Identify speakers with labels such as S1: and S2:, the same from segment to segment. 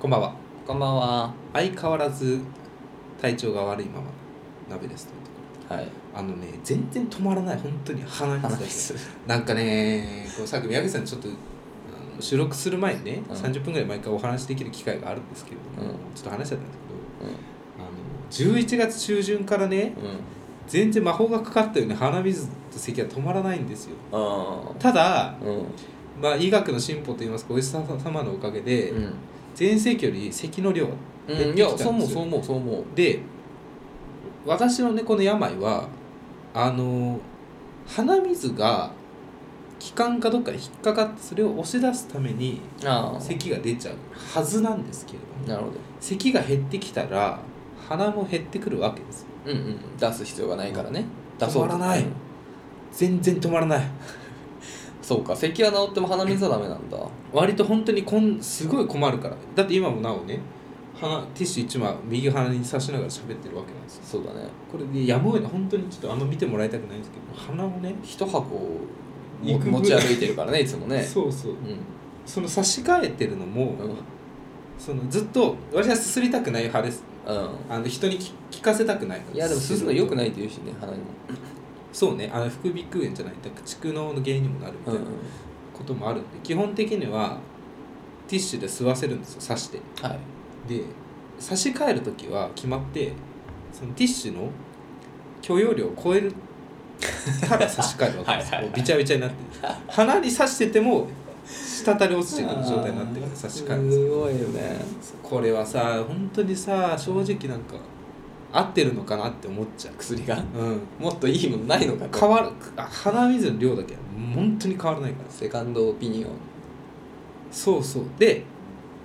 S1: こんばんは
S2: こんばんは。
S1: 相変わらず体調が悪いまま鍋ですというとこ
S2: はい。
S1: ろあのね全然止まらない本当に鼻水
S2: 話
S1: です
S2: す。
S1: なんかねこうさっき宮口さんにちょっとあの収録する前にね、
S2: うん
S1: 30分ぐらい毎回お話しできる機会があるんですけれども、
S2: うん
S1: ちょっと話しちゃったんです
S2: うん。
S1: けどあの11月中旬からね
S2: うん。
S1: 全然魔法がかかったように鼻水と咳は止まらないんですよ
S2: あ
S1: ただ
S2: あ。、うん。
S1: まあ、医学の進歩といいますかお医者様のおかげで
S2: うん。
S1: 全盛期より咳の量が減って
S2: い
S1: きたんですよ、
S2: や、そう思う、そう思う、そう思う。
S1: で私のねこの病はあの鼻水が気管かどっかに引っかかってそれを押し出すために
S2: ああ。
S1: 咳が出ちゃうはずなんですけれども
S2: なるほど。
S1: 咳が減ってきたら鼻も減ってくるわけですよ
S2: うんうん。出す必要がないからね。出
S1: 止
S2: そう
S1: ま
S2: と。
S1: らない
S2: うん
S1: 全然止まらない
S2: そうか。咳は治っても鼻水はダメなんだ。
S1: 割と本当にこんすごい困るからだって今もなおね鼻ティッシュ一枚右鼻に刺しながら喋ってるわけなんですよ
S2: そうだね。
S1: これでやむを得ない本当にちょっとあんま見てもらいたくないんですけど鼻をね
S2: 一箱を
S1: 行
S2: も
S1: くぐらい
S2: 持ち歩いてるからね、いつもね。
S1: そうそう
S2: うん。
S1: その差し替えてるのも、
S2: うん。
S1: そのずっと私はすすりたくない派です
S2: うん。
S1: あの人に聞聞かせたくないから
S2: いや、でも、すすの良くないいって言うしね、鼻にも。
S1: そうねあの副鼻腔炎じゃないだから蓄膿の原因にもなるみた
S2: う
S1: い
S2: ん
S1: な。こともあるんで、基本的にはティッシュで吸わせるんですよ刺して
S2: はい。
S1: で差し替える時は決まってそのティッシュの許容量を超えるただ差し替えるわけです
S2: はいはいはい
S1: もうびちゃびちゃになってる鼻に刺してても滴り落ちてくる状態になってるから差し替えるんですよ
S2: すごいよね。
S1: これはさ本当にさ正直なんか合ってるのかなって思っちゃ
S2: 薬が。
S1: う、うん、
S2: もっといいものないのかと
S1: 変わるあ鼻水の量だけは本当に変わらないから
S2: セカンドオピニオン。
S1: そうそうで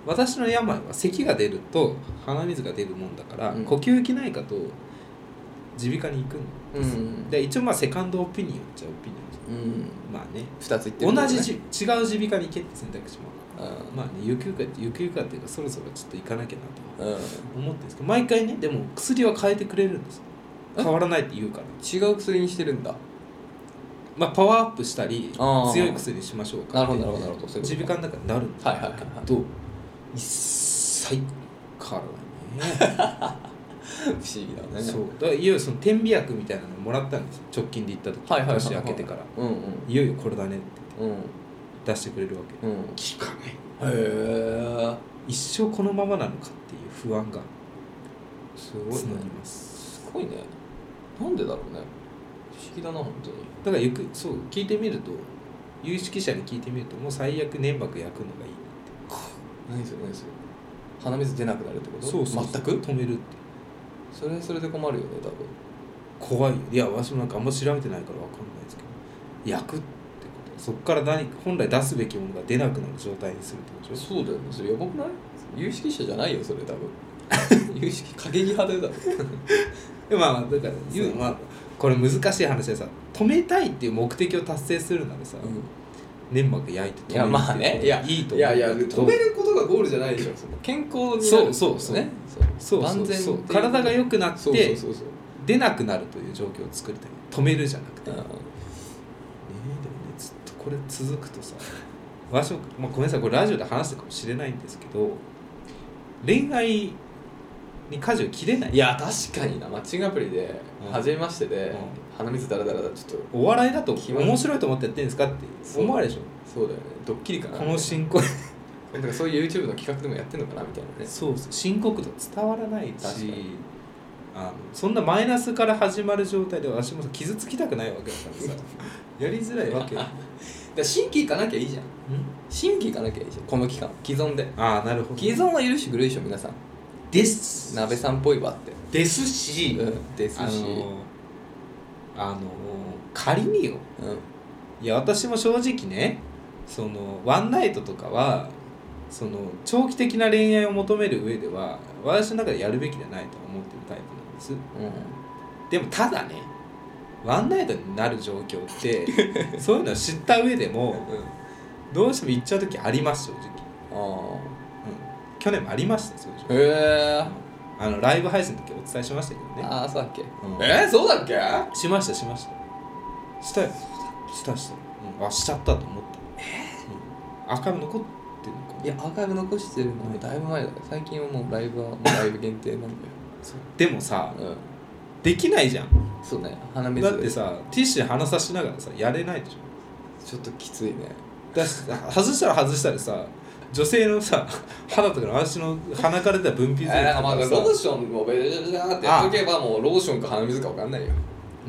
S1: 私の病は咳が出ると鼻水が出るもんだから、
S2: うん
S1: 呼吸器内科と耳鼻科に行くの
S2: うんうん
S1: で一応まあセカンドオピニオンっちゃオピニ
S2: うん
S1: オンまあね
S2: 2つ言って
S1: 同
S2: るからね
S1: じじ違う耳鼻科に行けって選択肢もある
S2: う
S1: まあねゆくゆくはゆくゆくはっていうかそろそろちょっと行かなきゃなと
S2: ん、うん、
S1: 思ってるんですけど毎回ねでも薬は変えてくれるんですよ
S2: え
S1: 変わらないって言うから、
S2: 違う薬にしてるんだ
S1: まあ、パワーアップしたり
S2: あー
S1: 強い薬にしましょうか
S2: なるほどなる
S1: ほ
S2: ほどなるほどそういう
S1: 耳
S2: こ
S1: 鼻
S2: と
S1: 科の中になるんだ
S2: はいはいはいはい
S1: けど一切変わらないね
S2: 不思議だ ね
S1: そうだからいよいよその点鼻薬みたいなのもらったんですよ直近で行った時、
S2: はいはいはいはい
S1: 年明けてから
S2: うんうん
S1: いよいよこれだねって
S2: うん
S1: 出してくれるわけ
S2: うん
S1: 効かない
S2: へえ
S1: 一生このままなのかっていう不安がすごいあります
S2: すごいねなんでだろうね不思議だな本当に
S1: だからよくそう聞いてみると有識者に聞いてみるともう最悪粘膜焼くのがいい
S2: 何それ何それ鼻水出なくなるってこと全く
S1: 止めるって
S2: それはそれで困るよね多分
S1: 怖いよいや私もなんかあんま調べてないからわかんないですけど焼くってことそっから何か本来出すべきものが出なくなる状態にするってことでしょ
S2: そうだよねそれやばくない有識者じゃないよそれ多分 有識過激派だよ多分
S1: でまあだから言う
S2: そう
S1: まあこれ難しい話でさ止めたいっていう目的を達成するならさ、
S2: うん
S1: 粘膜焼いて止めるって
S2: いやまあね
S1: い
S2: いや
S1: いいと思う
S2: いやいや止めることがゴールじゃないでしょその健康になる
S1: そうそうそう
S2: ね
S1: そうそう
S2: 万全
S1: そう体が良くなって
S2: そうそうそうそう
S1: 出なくなるという状況を作りたい止めるじゃなくて、
S2: うん
S1: えーでもねずっとこれ続くとさ和食、まあ、ごめんなさいこれラジオで話したかもしれないんですけど恋愛に舵を切れない
S2: いや確かになマッチングアプリで
S1: うん
S2: 初めましてで、
S1: うん
S2: 鼻水ダラダラだちょっと
S1: お笑いだと
S2: 気まずい
S1: 面白いと思ってやってるんですかって
S2: そう
S1: 思われるでし
S2: そうだよねドッキリか
S1: ょ
S2: な
S1: この進行
S2: なんかそういう YouTube の企画でもやってんのかなみたいなね
S1: そうそう深刻度伝わらない
S2: 確か
S1: し
S2: に
S1: あのそんなマイナスから始まる状態で私もさ傷つきたくないわけだからさ やりづらいわけよ
S2: だから新規行かなきゃいいじゃん新規行かなきゃいいじゃんこの期間既存で
S1: ああなるほど
S2: 既存は許してくれるでしょ皆さん
S1: です
S2: 鍋さんっぽいわって
S1: ですし、
S2: うんですし、
S1: あのあの仮によ
S2: うん
S1: いや私も正直ねそのワンナイトとかはその長期的な恋愛を求める上では私の中でやるべきじゃないと思ってるタイプなんですでもただねワンナイトになる状況って そういうのを知った上でも
S2: うんうん
S1: どうしても行っちゃう時あります正直、うん、
S2: ああ
S1: 去年もありましたそういう状況
S2: へえ
S1: あのライブ配信の時お伝えしましたけどね
S2: ああそうだっけ、
S1: ん
S2: えー、そうだっけ
S1: しましたしましたしたよしたした、うん、あしちゃったと思ったええうん、アーカイブ残っってるのかない
S2: やアーカイブ残してるのもだいぶ前だ最近はもうライブはもうライブ限定なんだよ
S1: そうでもさ
S2: うん
S1: できないじゃん
S2: そうね鼻水
S1: だってさティッシュ鼻さしながらさやれないでしょ
S2: ちょっときついね
S1: だし外したら外したらさ女性のさ肌とかの私の鼻から出た分泌
S2: え
S1: 量と
S2: ー、なんかまあロ
S1: か
S2: ーションをベラベラベラってやっとけばもうローションか鼻水かわかんないよ
S1: さ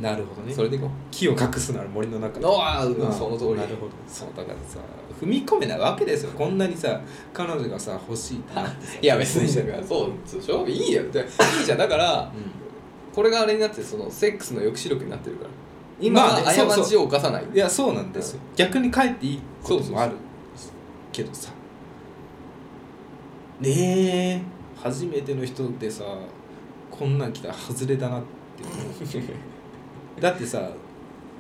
S1: なるほどね
S2: それでいこう
S1: 木を隠すなら森の中
S2: おあ、うん
S1: うん
S2: その通り
S1: なるほどそうだからさ踏み込めないわけですよこんなにさ彼女がさ欲しいってなってさ
S2: いや別にだからそうでしょいいよっていいじゃんだから
S1: う
S2: これがあれになってそのセックスの抑止力になってるから
S1: ん
S2: 今
S1: まあ
S2: は
S1: ねそうそう
S2: 過ちを犯さない、
S1: んいやそうなんですよ逆に帰っていいこともある
S2: そ
S1: けどさねえ初めての人でさこんなん来たら外れだなって思 うだってさ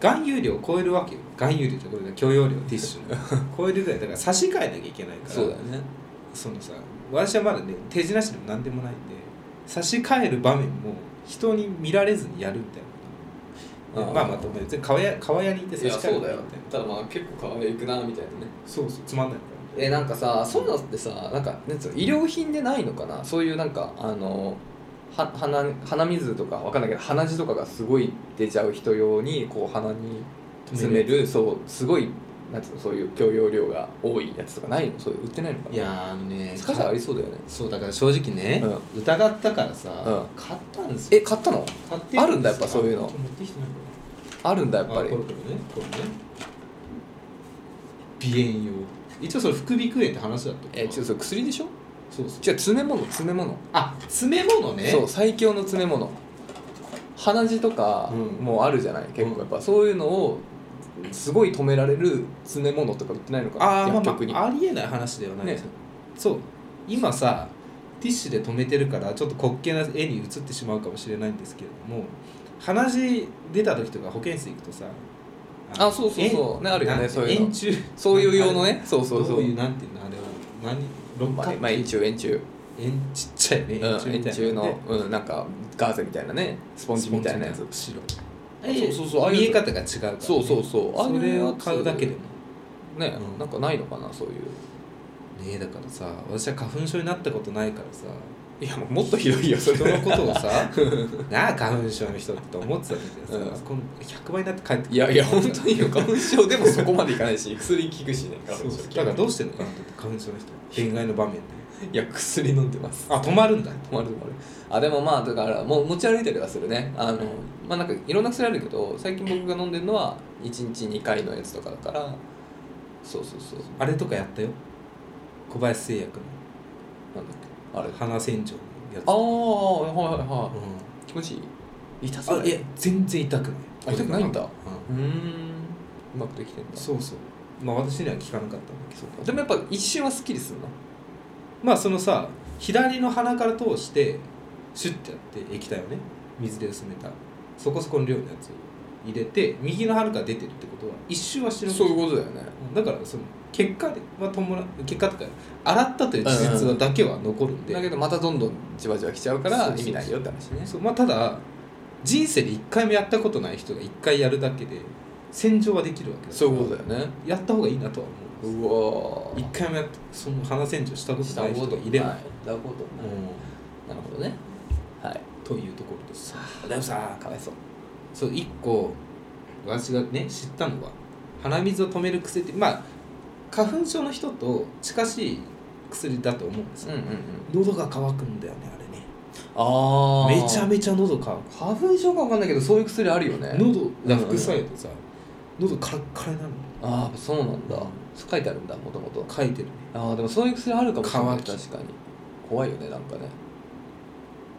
S1: 含有量を超えるわけよ含有量ってこれだ許容量ティッシュ の超えるぐらいだから差し替えなきゃいけないから
S2: そうだよね
S1: そのさ私はまだね手品師でも何でもないんで差し替える場面も人に見られずにやるみたいな
S2: あー
S1: まあまあ別に川屋川屋に行って
S2: い
S1: 差
S2: や
S1: し替え
S2: そ
S1: る
S2: う
S1: みた
S2: だ
S1: いな
S2: よただまあ結構可愛くなみたいなね
S1: そうそうつまんないから
S2: えなんかさそういうのってさなんかなんつうの医療品でないのかなそういうなんかあのは鼻鼻水とかわかんないけど鼻血とかがすごい出ちゃう人用にこう鼻に詰めるそうすごいなんつうのそういう許容量が多いやつとかないのそういう売ってないのかない
S1: やあのね
S2: 塚さんありそうだよね
S1: そうだから正直ね、疑ったからさ、
S2: う
S1: 買ったんですよ
S2: え買ったの
S1: 買って
S2: あるんだやっぱそういうの
S1: あ持ってきてないか
S2: あるんだや
S1: ら
S2: っぱり
S1: あこれこれねこれね鼻炎用一応それ副鼻腔炎って話だったから
S2: えちょっとそれ薬でしょ
S1: そうそう
S2: 違う詰め物詰め物
S1: あ詰め物ね
S2: そう最強の詰め物鼻血とか
S1: うん
S2: もうあるじゃない、結構やっぱそういうのをすごい止められる詰め物とか売ってないのかな
S1: あー、まあ
S2: 薬局に、
S1: まあ、ありえない話ではないですよ、
S2: ね
S1: そう今さティッシュで止めてるからちょっと滑稽な絵に映ってしまうかもしれないんですけれども鼻血出た時とか保健室行くとさの
S2: あそうそうそうねあるよね
S1: なん
S2: そういう
S1: 円
S2: の
S1: 柱
S2: そういう用のねそうそう
S1: ど
S2: そうう
S1: いうなんていうのあれは何六
S2: まあ
S1: 角
S2: ねまあ円柱円柱
S1: 円ちっちゃいね
S2: うん円柱の、うん、なんかガーゼみたいなねスポンジみたいなやつ
S1: 白
S2: そ
S1: いう
S2: そうそうああいう
S1: 見え方が違うからね、
S2: そうそうそうああいう
S1: そ
S2: やつ
S1: れを買うだけでも
S2: ね、
S1: うん
S2: なんかないのかなそういう
S1: ねえだからさ私は花粉症になったことないからさ
S2: いやもうもっとひどいよそ
S1: 人
S2: れ
S1: のことをさなあ花粉症の人って思ってたんだけどさ、
S2: うん
S1: この100倍になって帰ってく
S2: いやいや本当によ花粉症でもそこまでいかないし薬効くしね
S1: そ
S2: 花
S1: うそ
S2: 粉
S1: う
S2: 症
S1: だからどうしてんのかなと思って花粉症の人恋愛の場面で
S2: いや薬飲んでます
S1: あ止まるんだ
S2: 止まる止まるあでもまあだからもう持ち歩いたりはするねあのまあなんかいろんな薬あるけど最近僕が飲んでるのは1日2回のやつとかだからそうそうそう
S1: あれとかやったよ小林製薬
S2: なんだっけあれ
S1: の花洗浄のやつ
S2: ああはいはいは
S1: う
S2: い気持ちいい痛
S1: ん、あいや全然痛くない
S2: あ痛くないんだう
S1: う
S2: ーんうまくできてんだ
S1: ん、そうそうまあ私には効かなかったんだけど
S2: でもやっぱ一瞬はスッキリするの
S1: まあそのさ左の鼻から通してシュッてやって液体をね水で薄めたそこそこの量のやつを入れて右の鼻から出てるってことは一周はしてる
S2: そういうことだよね
S1: だからその結果は伴う結果とか洗ったという事実はだけは残るんで、
S2: だけどまたどんどんじわじわ来ちゃうか
S1: そう
S2: ら
S1: そうそう
S2: 意味ないよって話ね
S1: そうまあただ人生で一回もやったことない人が一回やるだけで洗浄はできるわけだから
S2: そういうことだよね
S1: やった方がいいなとは思う
S2: うわ
S1: 一
S2: ー
S1: 回もやってその鼻洗浄したことない人がいれば、
S2: ないしたことないなるほどね。はい。
S1: うんというところですでもさ
S2: かわいそう。
S1: そう一個私がね知ったのは鼻水を止める薬ってまあ花粉症の人と近しい薬だと思うんです
S2: うん
S1: よ、
S2: うんうん。
S1: 喉が渇くんだよねあ
S2: あ
S1: れ
S2: あ。
S1: ねめちゃめちゃ喉乾く
S2: 花粉症かわかんないけどそういう薬あるよね。
S1: 喉が副作用でさ、喉カラッカラになる
S2: ああそうなんだ。そう書いてあるんだもともと
S1: の。書いてるね
S2: ああでもそういう薬あるかもしれない。
S1: 乾
S2: 確
S1: き
S2: かに。怖いよねなんかね。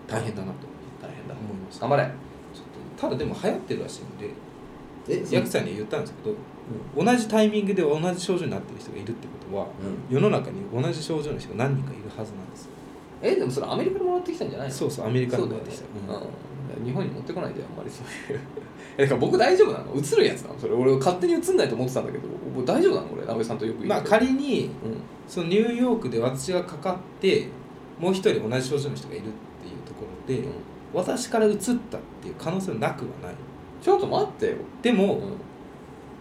S1: 大変だなと
S2: 大変だ
S1: 思いました
S2: 頑張れ。
S1: ちょっとただでも流行ってるらしいんで
S2: え
S1: 薬さんには言ったんですけど、同じタイミングで同じ症状になってる人がいるってことは
S2: うん。
S1: 世の中に同じ症状の人が何人かいるはずなんですよ
S2: えでもそれアメリカでもらってきたんじゃないの？
S1: そうそうアメリカ
S2: そ
S1: の
S2: うだ
S1: 方
S2: よ
S1: で
S2: ね
S1: した、。
S2: うん。日本に持ってこないであんまりそういう えだから僕大丈夫なの映るやつなのそれ俺勝手に映んないと思ってたんだけど僕大丈夫なの俺安倍さんとよく言う
S1: まあ
S2: けど
S1: 仮に
S2: うん
S1: そのニューヨークで私がかかってもう一人同じ症状の人がいるっていうところで、
S2: うん
S1: 私からうつったっていう可能性はなくはない
S2: ちょっと待ってよ
S1: でも、
S2: うん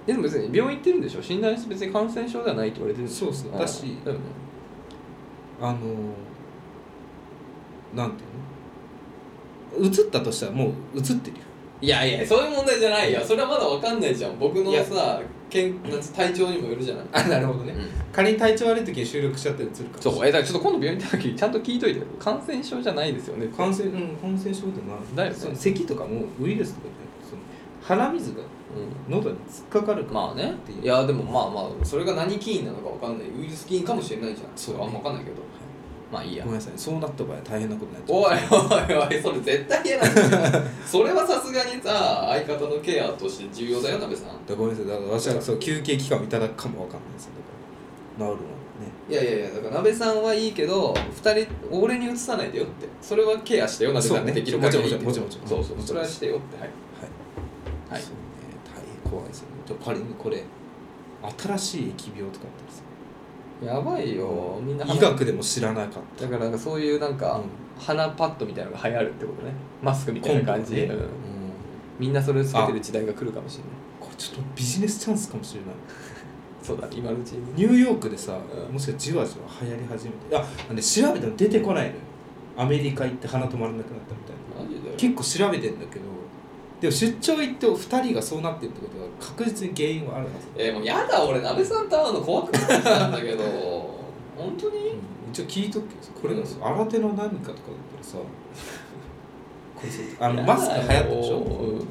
S2: でも別に病院行ってるんでしょ診断して別に感染症ではないって言われてるんでしょ
S1: そうそうだし
S2: ああだよね
S1: あのなんていうの映ったとしたらもう映ってるよ
S2: いやいやそういう問題じゃないよそれはまだわかんないじゃん僕の
S1: いや
S2: さけんなんつ体調にもよるじゃない
S1: あなるほどね
S2: うん
S1: 仮に体調悪い時に収録しちゃって映るかもしれ
S2: そ
S1: ないう
S2: えだからちょっと今度病院行った時ちゃんと聞いといて感染症じゃないですよね
S1: 感染うん感染症でもない
S2: だよね
S1: その咳とかもウイルスとかじゃなくてその鼻水が喉に突っかかる
S2: うん
S1: か
S2: まあねいやでもまあまあそれが何菌なのかわかんないウイルス菌かもしれないじゃん
S1: そう
S2: れはあんまわかんないけど
S1: ら
S2: まあいいや
S1: ごめんなさいそうなった場合大変なことになっちゃう
S2: おいおいおいそれ絶対嫌なんだよそれはさすがにさ相方のケアとして重要だよなべさん
S1: だからごめんなさいだから私はそう休憩期間をいただくかもわかんないですよだから治るもんね
S2: いやいやいやだからなべさんはいいけど2人俺に移さないでよってそれはケアしてよなべさ
S1: そ
S2: ん
S1: う
S2: が
S1: ね
S2: できる限りって
S1: もちろんもちろんもち
S2: そ
S1: ろ
S2: うんそう
S1: もち
S2: そ
S1: ろ
S2: れ
S1: ん
S2: はしてよってはい
S1: は
S2: はいい
S1: そうね大変怖いですよねでも仮にこれ新しい疫病とかあったりさ
S2: やばいよみんな
S1: 医学でも知らなかっ
S2: だからなんかそういうなん
S1: た
S2: か、鼻パッドみたいなのが流行るってことねマスクみたいな感じ、
S1: 今度
S2: う
S1: ねう
S2: ん
S1: ん
S2: みんなそれをつけてる時代が来るかもしれない
S1: これちょっとビジネスチャンスかもしれない
S2: そうだ今のうちに
S1: ニューヨークでさ、
S2: うん
S1: もしかじわじわ流行り始めてああのね調べても出てこないのよアメリカ行って鼻止まらなくなったみたいな
S2: マジで
S1: 結構調べてんだけどでも出張行って2人がそうなってるってことは確実に原因はあるはず、
S2: えーもうやだ俺なべさんと会うの怖くなってきたんだけど 本当に
S1: 一応聞いとくけどさこれがさ新手の何かとかだった らさこれさあのマスク流行ったでし
S2: やだよ
S1: ょ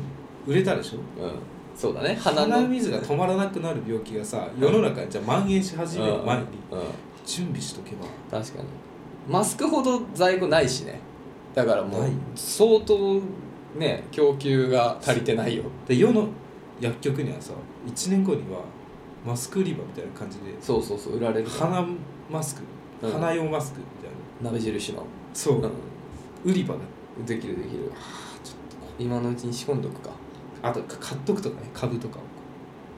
S1: 売れたでしょ
S2: うん、うん、そうだね鼻の
S1: 鼻水が止まらなくなる病気がさ世の中にじゃあ蔓延し始める前に
S2: うんうん
S1: 準備しとけば
S2: 確かにマスクほど在庫ないしねだからも
S1: な
S2: う
S1: い
S2: 相当ね供給が足りてないよ
S1: で世の薬局にはさ1年後にはマスク売り場みたいな感じで
S2: そうそうそう売られる
S1: 鼻マスク
S2: うん
S1: 鼻用マスクみたいな、
S2: 鍋印の、
S1: そうう、売り場が
S2: ん、できるできる今のうちに仕込んどくか
S1: あとか買っとくとかね株とかを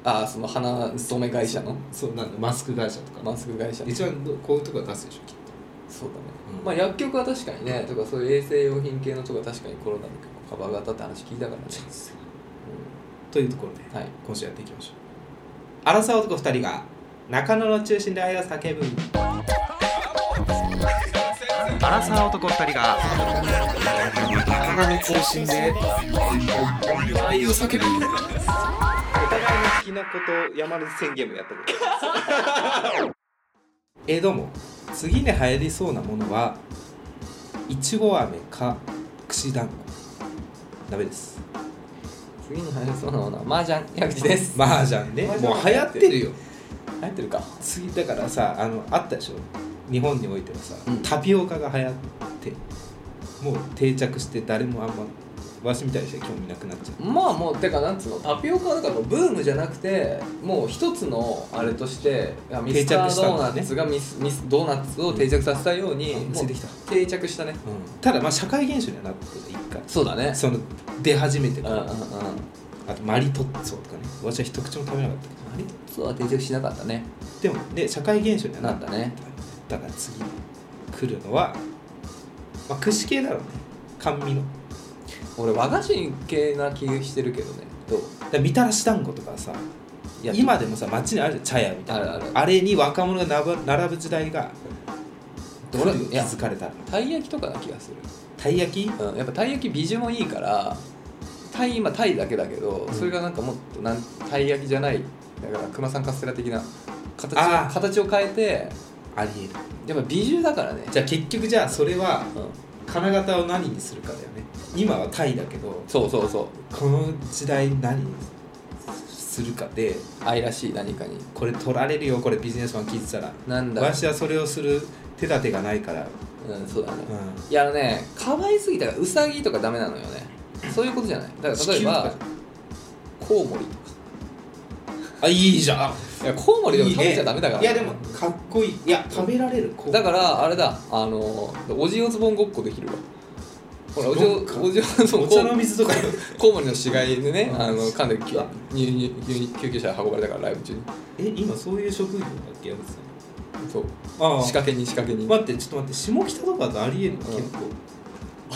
S2: ああその鼻染め会社の
S1: そうなんだマスク会社とか、
S2: マスク会社の
S1: 一番どこういうとこは出すでしょきっ
S2: そうだね、
S1: うん
S2: まあ薬局は確かにねとかそういう衛生用品系のとか確かにコロナのカバーが当たって話聞いたからね
S1: と、というところで
S2: はい
S1: 今週やっていきましょう争う男2人が中野の中心で愛を叫ぶ争う男2人が中野の中心で愛を叫ぶお互いの好きなことを山根宣言もやったことです えどうも次に流行りそうなものはいちご飴か串団子ダメです
S2: 次に入りそうなものは麻雀薬事です
S1: マージャンね
S2: 麻雀
S1: もう流行ってるよ
S2: 入ってるか
S1: 次だからさあのあったでしょ日本においてはさ、
S2: うん
S1: タピオカが流行ってもう定着して誰もあんまわしみたいにして興味なくなっちゃう
S2: まあもうてかなんつうのタピオカはだからもうブームじゃなくてもう一つのあれとしてあミスタ
S1: 定着
S2: ー
S1: し
S2: ド
S1: たんだ
S2: ー
S1: ね
S2: ナツがミスミスドーナツを定着させたように、
S1: うん
S2: もう
S1: ついてきた
S2: 定着したね
S1: ただまあ社会現象にはなってる一回
S2: そうだね
S1: その出始めて
S2: うん
S1: か
S2: うんう
S1: ら、
S2: ん
S1: あとマリトッツォとかね私は一口も食べなかったけどマリト
S2: そうは定着しなかったね
S1: ッツォでもね社会現象にはな
S2: な
S1: っ
S2: ん
S1: た
S2: だね
S1: だから次来るのは、まあ、串系だろうね甘味の
S2: 俺和菓子系な気がしてるけどねどう
S1: だからみたらし団子とかさ
S2: いや
S1: 今でもさ街にあるじゃん茶屋みたいな
S2: あるある
S1: あれに若者が並ぶ並ぶ時代が
S2: どれ
S1: 来る
S2: いや
S1: 気づかれた
S2: たい焼きとかな気がする
S1: たい焼き
S2: うん、やっぱたい焼きビジュもいいからたい今たいだけだけど、
S1: うん
S2: それがなんかもっとなんたい焼きじゃないだから熊さんカステラ的な形
S1: あ
S2: を
S1: ー
S2: 形を変えて
S1: ありえる
S2: やっぱビジュだからね
S1: じゃあ結局じゃあそれは
S2: うん、
S1: 金型を何にするかだよね今はタイだけど
S2: そうそうそう
S1: この時代何にするかで
S2: 愛らしい何かに
S1: これ取られるよこれビジネスマン聞いてたら
S2: なんだろ
S1: 私はそれをする手立てがないから、
S2: う、うん、そうだね、
S1: う
S2: いやあのね可愛すぎたからウサギとかダメなのよねそういうことじゃないだから例えば
S1: 地球
S2: コウモリとか
S1: ん、あいいじゃん
S2: いやコウモリでも
S1: いい
S2: 食
S1: ね
S2: べちゃダメだから
S1: いやでもかっこいいいや食べられる
S2: だからあれだあのオジオズボンごっこできるわほらオジオ
S1: そっか
S2: オジオズボ
S1: お
S2: ンコ
S1: 茶
S2: ウ
S1: の水とか
S2: コウモリの死骸でね、
S1: うん
S2: あの噛んで救
S1: あ
S2: 入入入救急車で運ばれたからライブ中に
S1: え今そういう職業だっけ山口さん
S2: そう
S1: あ
S2: 仕掛けに仕掛けに
S1: 待ってちょっと待って下北とかだとありえるの
S2: うん
S1: 結構、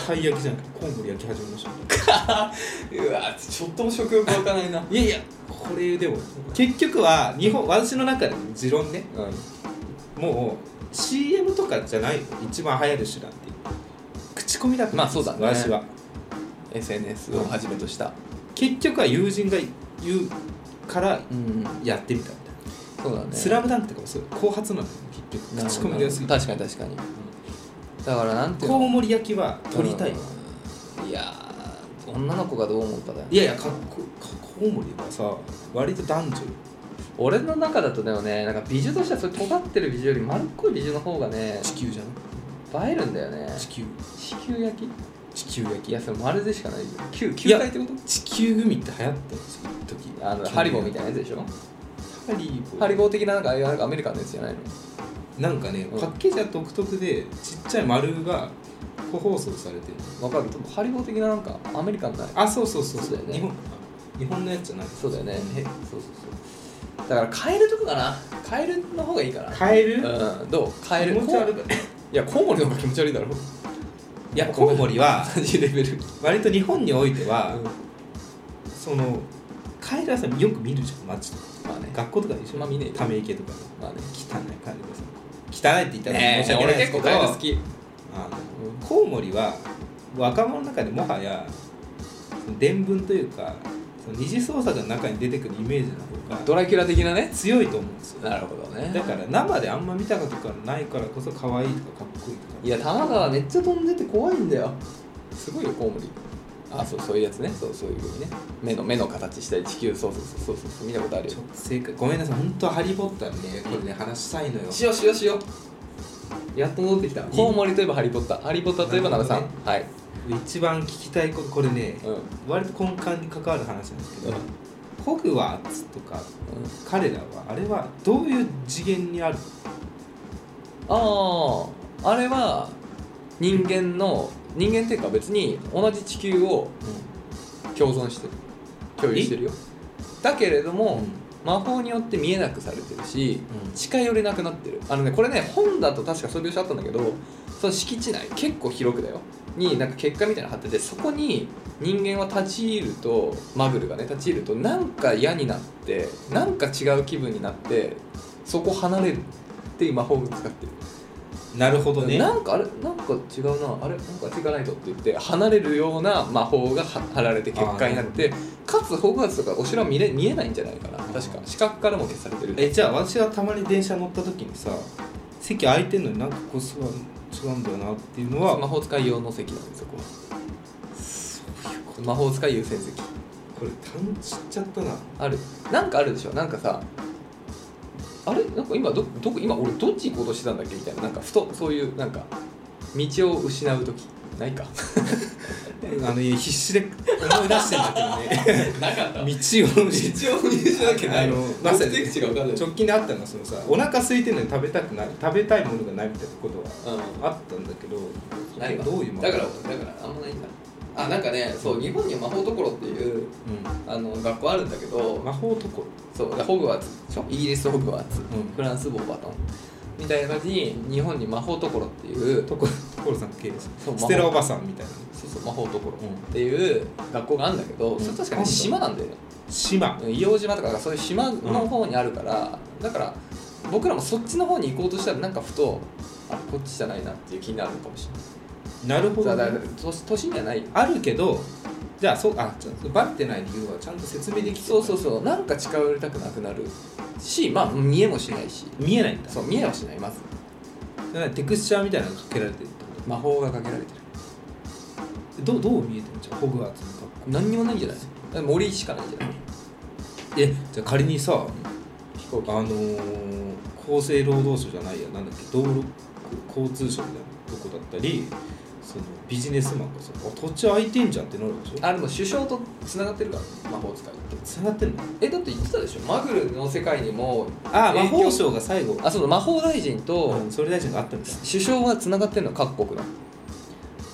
S1: たい焼きじゃなくてコウモリ焼き始めましょ
S2: うわちょっとも食欲湧かないな
S1: ういやいやこれでも結局は日本私の中での持論ね
S2: うん
S1: もう CM とかじゃないの一番流行る手段って口コミだと思
S2: まあそうだね
S1: 私は
S2: SNS をはじめとした
S1: 結局は友人が言うから
S2: うん
S1: やってみたみたい
S2: そうだね
S1: な、スラムダンクとかもそう後発なのよ結
S2: な
S1: 局
S2: る
S1: 口
S2: ほ
S1: コ
S2: ど
S1: ミが安い
S2: 確かに確かにだからなんていう
S1: コウ
S2: の
S1: モリ焼きは取りたい、
S2: うんいやー女の子がどう思うかだよね
S1: いやいやかっこかコウモリはさ割と男女
S2: 俺の中だとでもねなんか美女としてはそれ尖ってる美女より丸っこい美女の方がね
S1: 地球じゃな
S2: 映えるんだよね
S1: い地球
S2: 地球焼き
S1: 地球焼
S2: い
S1: き
S2: やそれ丸でしかないよ球
S1: い
S2: 球
S1: や
S2: 体ってこと
S1: 地球組って流行ったんですよ一時
S2: あのハリボーみたいなやつでしょ
S1: ハリボー
S2: ハリボー的ななんかああいうなんかアメリカンのやつじゃないの
S1: なんかね、
S2: うん
S1: パッケージは独特でちっちゃい丸が個包装されてる
S2: わかるけどハリボー的ななんかアメリカンな
S1: あそうそうそうそ
S2: そううだよね
S1: 日本日本のやつじゃない
S2: そうだよねへそうそうそうだからカエルとかかなカエルの方がいいかな
S1: カエル
S2: うんどうカエル
S1: 気持ち悪い
S2: こういやコウモリの方が気持ち悪い だろ
S1: いやコウモリは
S2: 同じレベル
S1: 割と日本においては、
S2: うん
S1: そのカエルはさよく見るじゃん街とか
S2: まあね
S1: 学校とかでしょ、
S2: まあ見ねえよ
S1: ため池とかで
S2: まあね
S1: 汚いカエルがさ汚いって言ったら
S2: ね
S1: 申し
S2: え
S1: 訳な
S2: 俺
S1: いです
S2: 結
S1: け
S2: 構
S1: ど、
S2: カエル好き
S1: あのコウモリは若者の中でもはやその伝聞というかその二次創作の中に出てくるイメージの方
S2: ド
S1: が
S2: ラキュラ的なね
S1: 強いと思うんですよ
S2: なるほど
S1: だ
S2: ね
S1: から生であんま見たことがないからこそ可愛いとかかっこいいとか
S2: いや玉川めっちゃ飛んでて怖いんだよすごいよコウモリあそうそういうやつねそうそういうふうにね目の目の形したり地球そうそうそうそうそう見たことあるよ
S1: ちょっと正解ごめんなさい本当ハリー・ポッターねこれね話したいのよ
S2: しようしようしようやっと戻ってきたコウモリといえばハリー・ポッターハリー・ポッターといえば奈良さん、
S1: なる
S2: はい
S1: 一番聞きたいことこれね
S2: うんうん
S1: 割と根幹に関わる話なんですけど、ホグワーツとか彼らはあれはどういう次元にある
S2: あああれは人間の人間っていうか別に同じ地球を共存してる共有してるよだけれ
S1: の、
S2: ども、魔法によって見えなくされてるし
S1: うん
S2: 近寄れなくなってるあのねこれね本だと確かそういう描写あったんだけどその敷地内結構広くだよになんか結果みたいなの貼っててそこに人間は立ち入るとマグルがね立ち入るとなんか嫌になってなんか違う気分になってそこ離れるっていう魔法を使ってる
S1: なるほどね
S2: なんかあれなんか違うなあれなんか違わないとって言って離れるような魔法がは貼られて結果になってかつホグワーツとかお城は見れ見えないんじゃないかな確か視覚からも消されてる
S1: えじゃあ私がたまに電車乗った時にさ席空いてんのになんかこう座る違うんだよなっていうの
S2: ス
S1: は
S2: 魔法使い用の席なんでそこは魔法使い優先席
S1: これ単ちっちゃったな
S2: あるなんかあるでしょなんかさあれなんか今どどこ今俺どっち行こうとしてたんだっけみたいななんかふとそういうなんか道を失う時ないか
S1: あのいや必死で思い出してんだけどね
S2: なかった
S1: 道
S2: 道
S1: を失
S2: を失うわけな
S1: あ
S2: い
S1: の
S2: の
S1: まさに
S2: 目的地が分かんない
S1: 直近であったのがそのさお腹空いてるのに食べたくない食べたいものがないみたいなことは
S2: うん
S1: あったんだけど
S2: ないわ
S1: どういうもの
S2: だからだからあんまないんだあなんかねそう日本には魔法ところっていうあの学校あるんだけ
S1: うん、
S2: ど
S1: 魔法とこ
S2: そうでホグワーツでしょイギリスホグワーツ、
S1: うん
S2: フランスボーバトンみたいな感じに日本に魔法ところっていう
S1: ろところところさん系です
S2: そう
S1: ステラおばさんみたいな
S2: そうそう魔法ところ
S1: うん
S2: っていう学校があるんだけど、
S1: うん
S2: それ確かに島なんだよね
S1: 島
S2: うん硫黄島とかそういう島の方にあるから、だから僕らもそっちの方に行こうとしたらなんかふとあれこっちじゃないなっていう気になるのかもしれな
S1: な
S2: い
S1: るほど
S2: だ
S1: ね、
S2: から都都心じゃないよ
S1: あるけどじゃあそうあちょっとバレてない理由はちゃんと説明できてる
S2: そうそうそうなんか近寄りたくなくなるしまあ見えもしないし
S1: 見えないんだ
S2: そう見えはしないまず
S1: だからテクスチャーみたいなのがかけられてるってこ
S2: 魔法がかけられてる
S1: とどうどう見えてるんじゃんホグワーツの格
S2: 何にもないんじゃない森しかないんじゃない
S1: 好えじゃあ仮にさ
S2: 飛行機
S1: あのー、厚生労働省じゃないやなんだっけ道路交通省みたいなとこだったりそのビジネスマンがさあ土地空いてんじゃんってなるでしょ
S2: あれも首相とつながってるから魔法使いって
S1: つながってんの
S2: えだって言ってたでしょマグルの世界にも
S1: ああ魔
S2: 影響
S1: 法省が最後
S2: あそうだ魔法大臣と
S1: うん総理大臣があったみたいな
S2: 首相はつながってるの各国の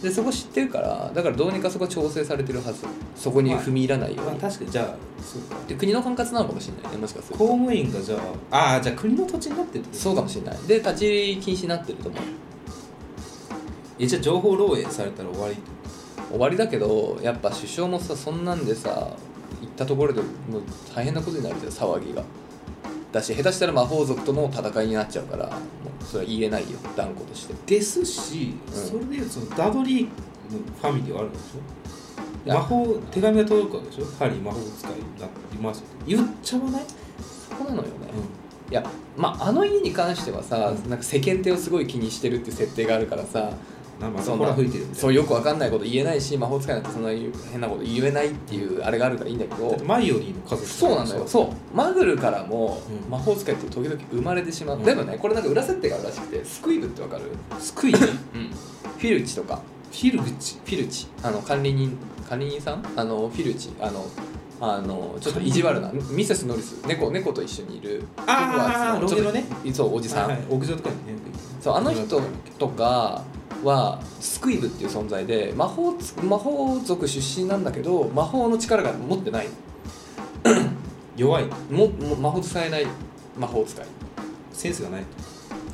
S2: でそこ知ってるからだからどうにかそこ調整されてるはずそこに踏み入らないよう
S1: まあ
S2: に、
S1: 確かにじゃあそうか
S2: で国の管轄なのかもしれないねもしかする
S1: 公
S2: と
S1: 務員がじゃあああじゃあ国の土地になってるってこと
S2: そうかもしれないで立ち入り禁止になってると思う
S1: えじゃあ情報漏洩されたら終わりってこ
S2: 終わりだけどやっぱ首相もさそんなんでさ行ったところでもう大変なことになるじゃん騒ぎがだし下手したら魔法族との戦いになっちゃうからもうそれは言えないよ断固として
S1: ですし、
S2: ん
S1: それでいうとそのダドリーのファミリーはあるんでしょ
S2: いや
S1: 魔法手紙が届くわけでしょハリー魔法使いになりますって言っちゃわない、
S2: そこなのよね、いやまああの家に関してはさなんか世間体をすごい気にしてるって設定があるからさ
S1: なんか
S2: そん
S1: ほ
S2: な
S1: ら吹いてるみたいな
S2: そうよくわかんないこと言えないし魔法使いなんてそんな変なこと言えないっていうあれがあるからいいんだけ
S1: だっ
S2: ど
S1: てマイオリーの家族
S2: そうなんだよそうマグルからも
S1: うん
S2: 魔法使いって時々生まれてしまう、
S1: うん
S2: でもねこれなんか裏設定があるらしくてスクイブってわかる、
S1: スクイーフ
S2: フィルチとか
S1: ィルグチ
S2: フィルチあの管理人管理人さんあのフィルチあのあのちょっと意地悪なミセス・ノリス猫猫と一緒にいる
S1: あー
S2: ちょっと
S1: ロン毛の
S2: そうおじさん、
S1: はいはい屋上とかにね
S2: そうあの人とかはスクイブっていう存在で魔法つ魔法族出身なんだけど魔法の力が持ってない
S1: 弱い
S2: もも魔法使えない魔法使い
S1: センスがない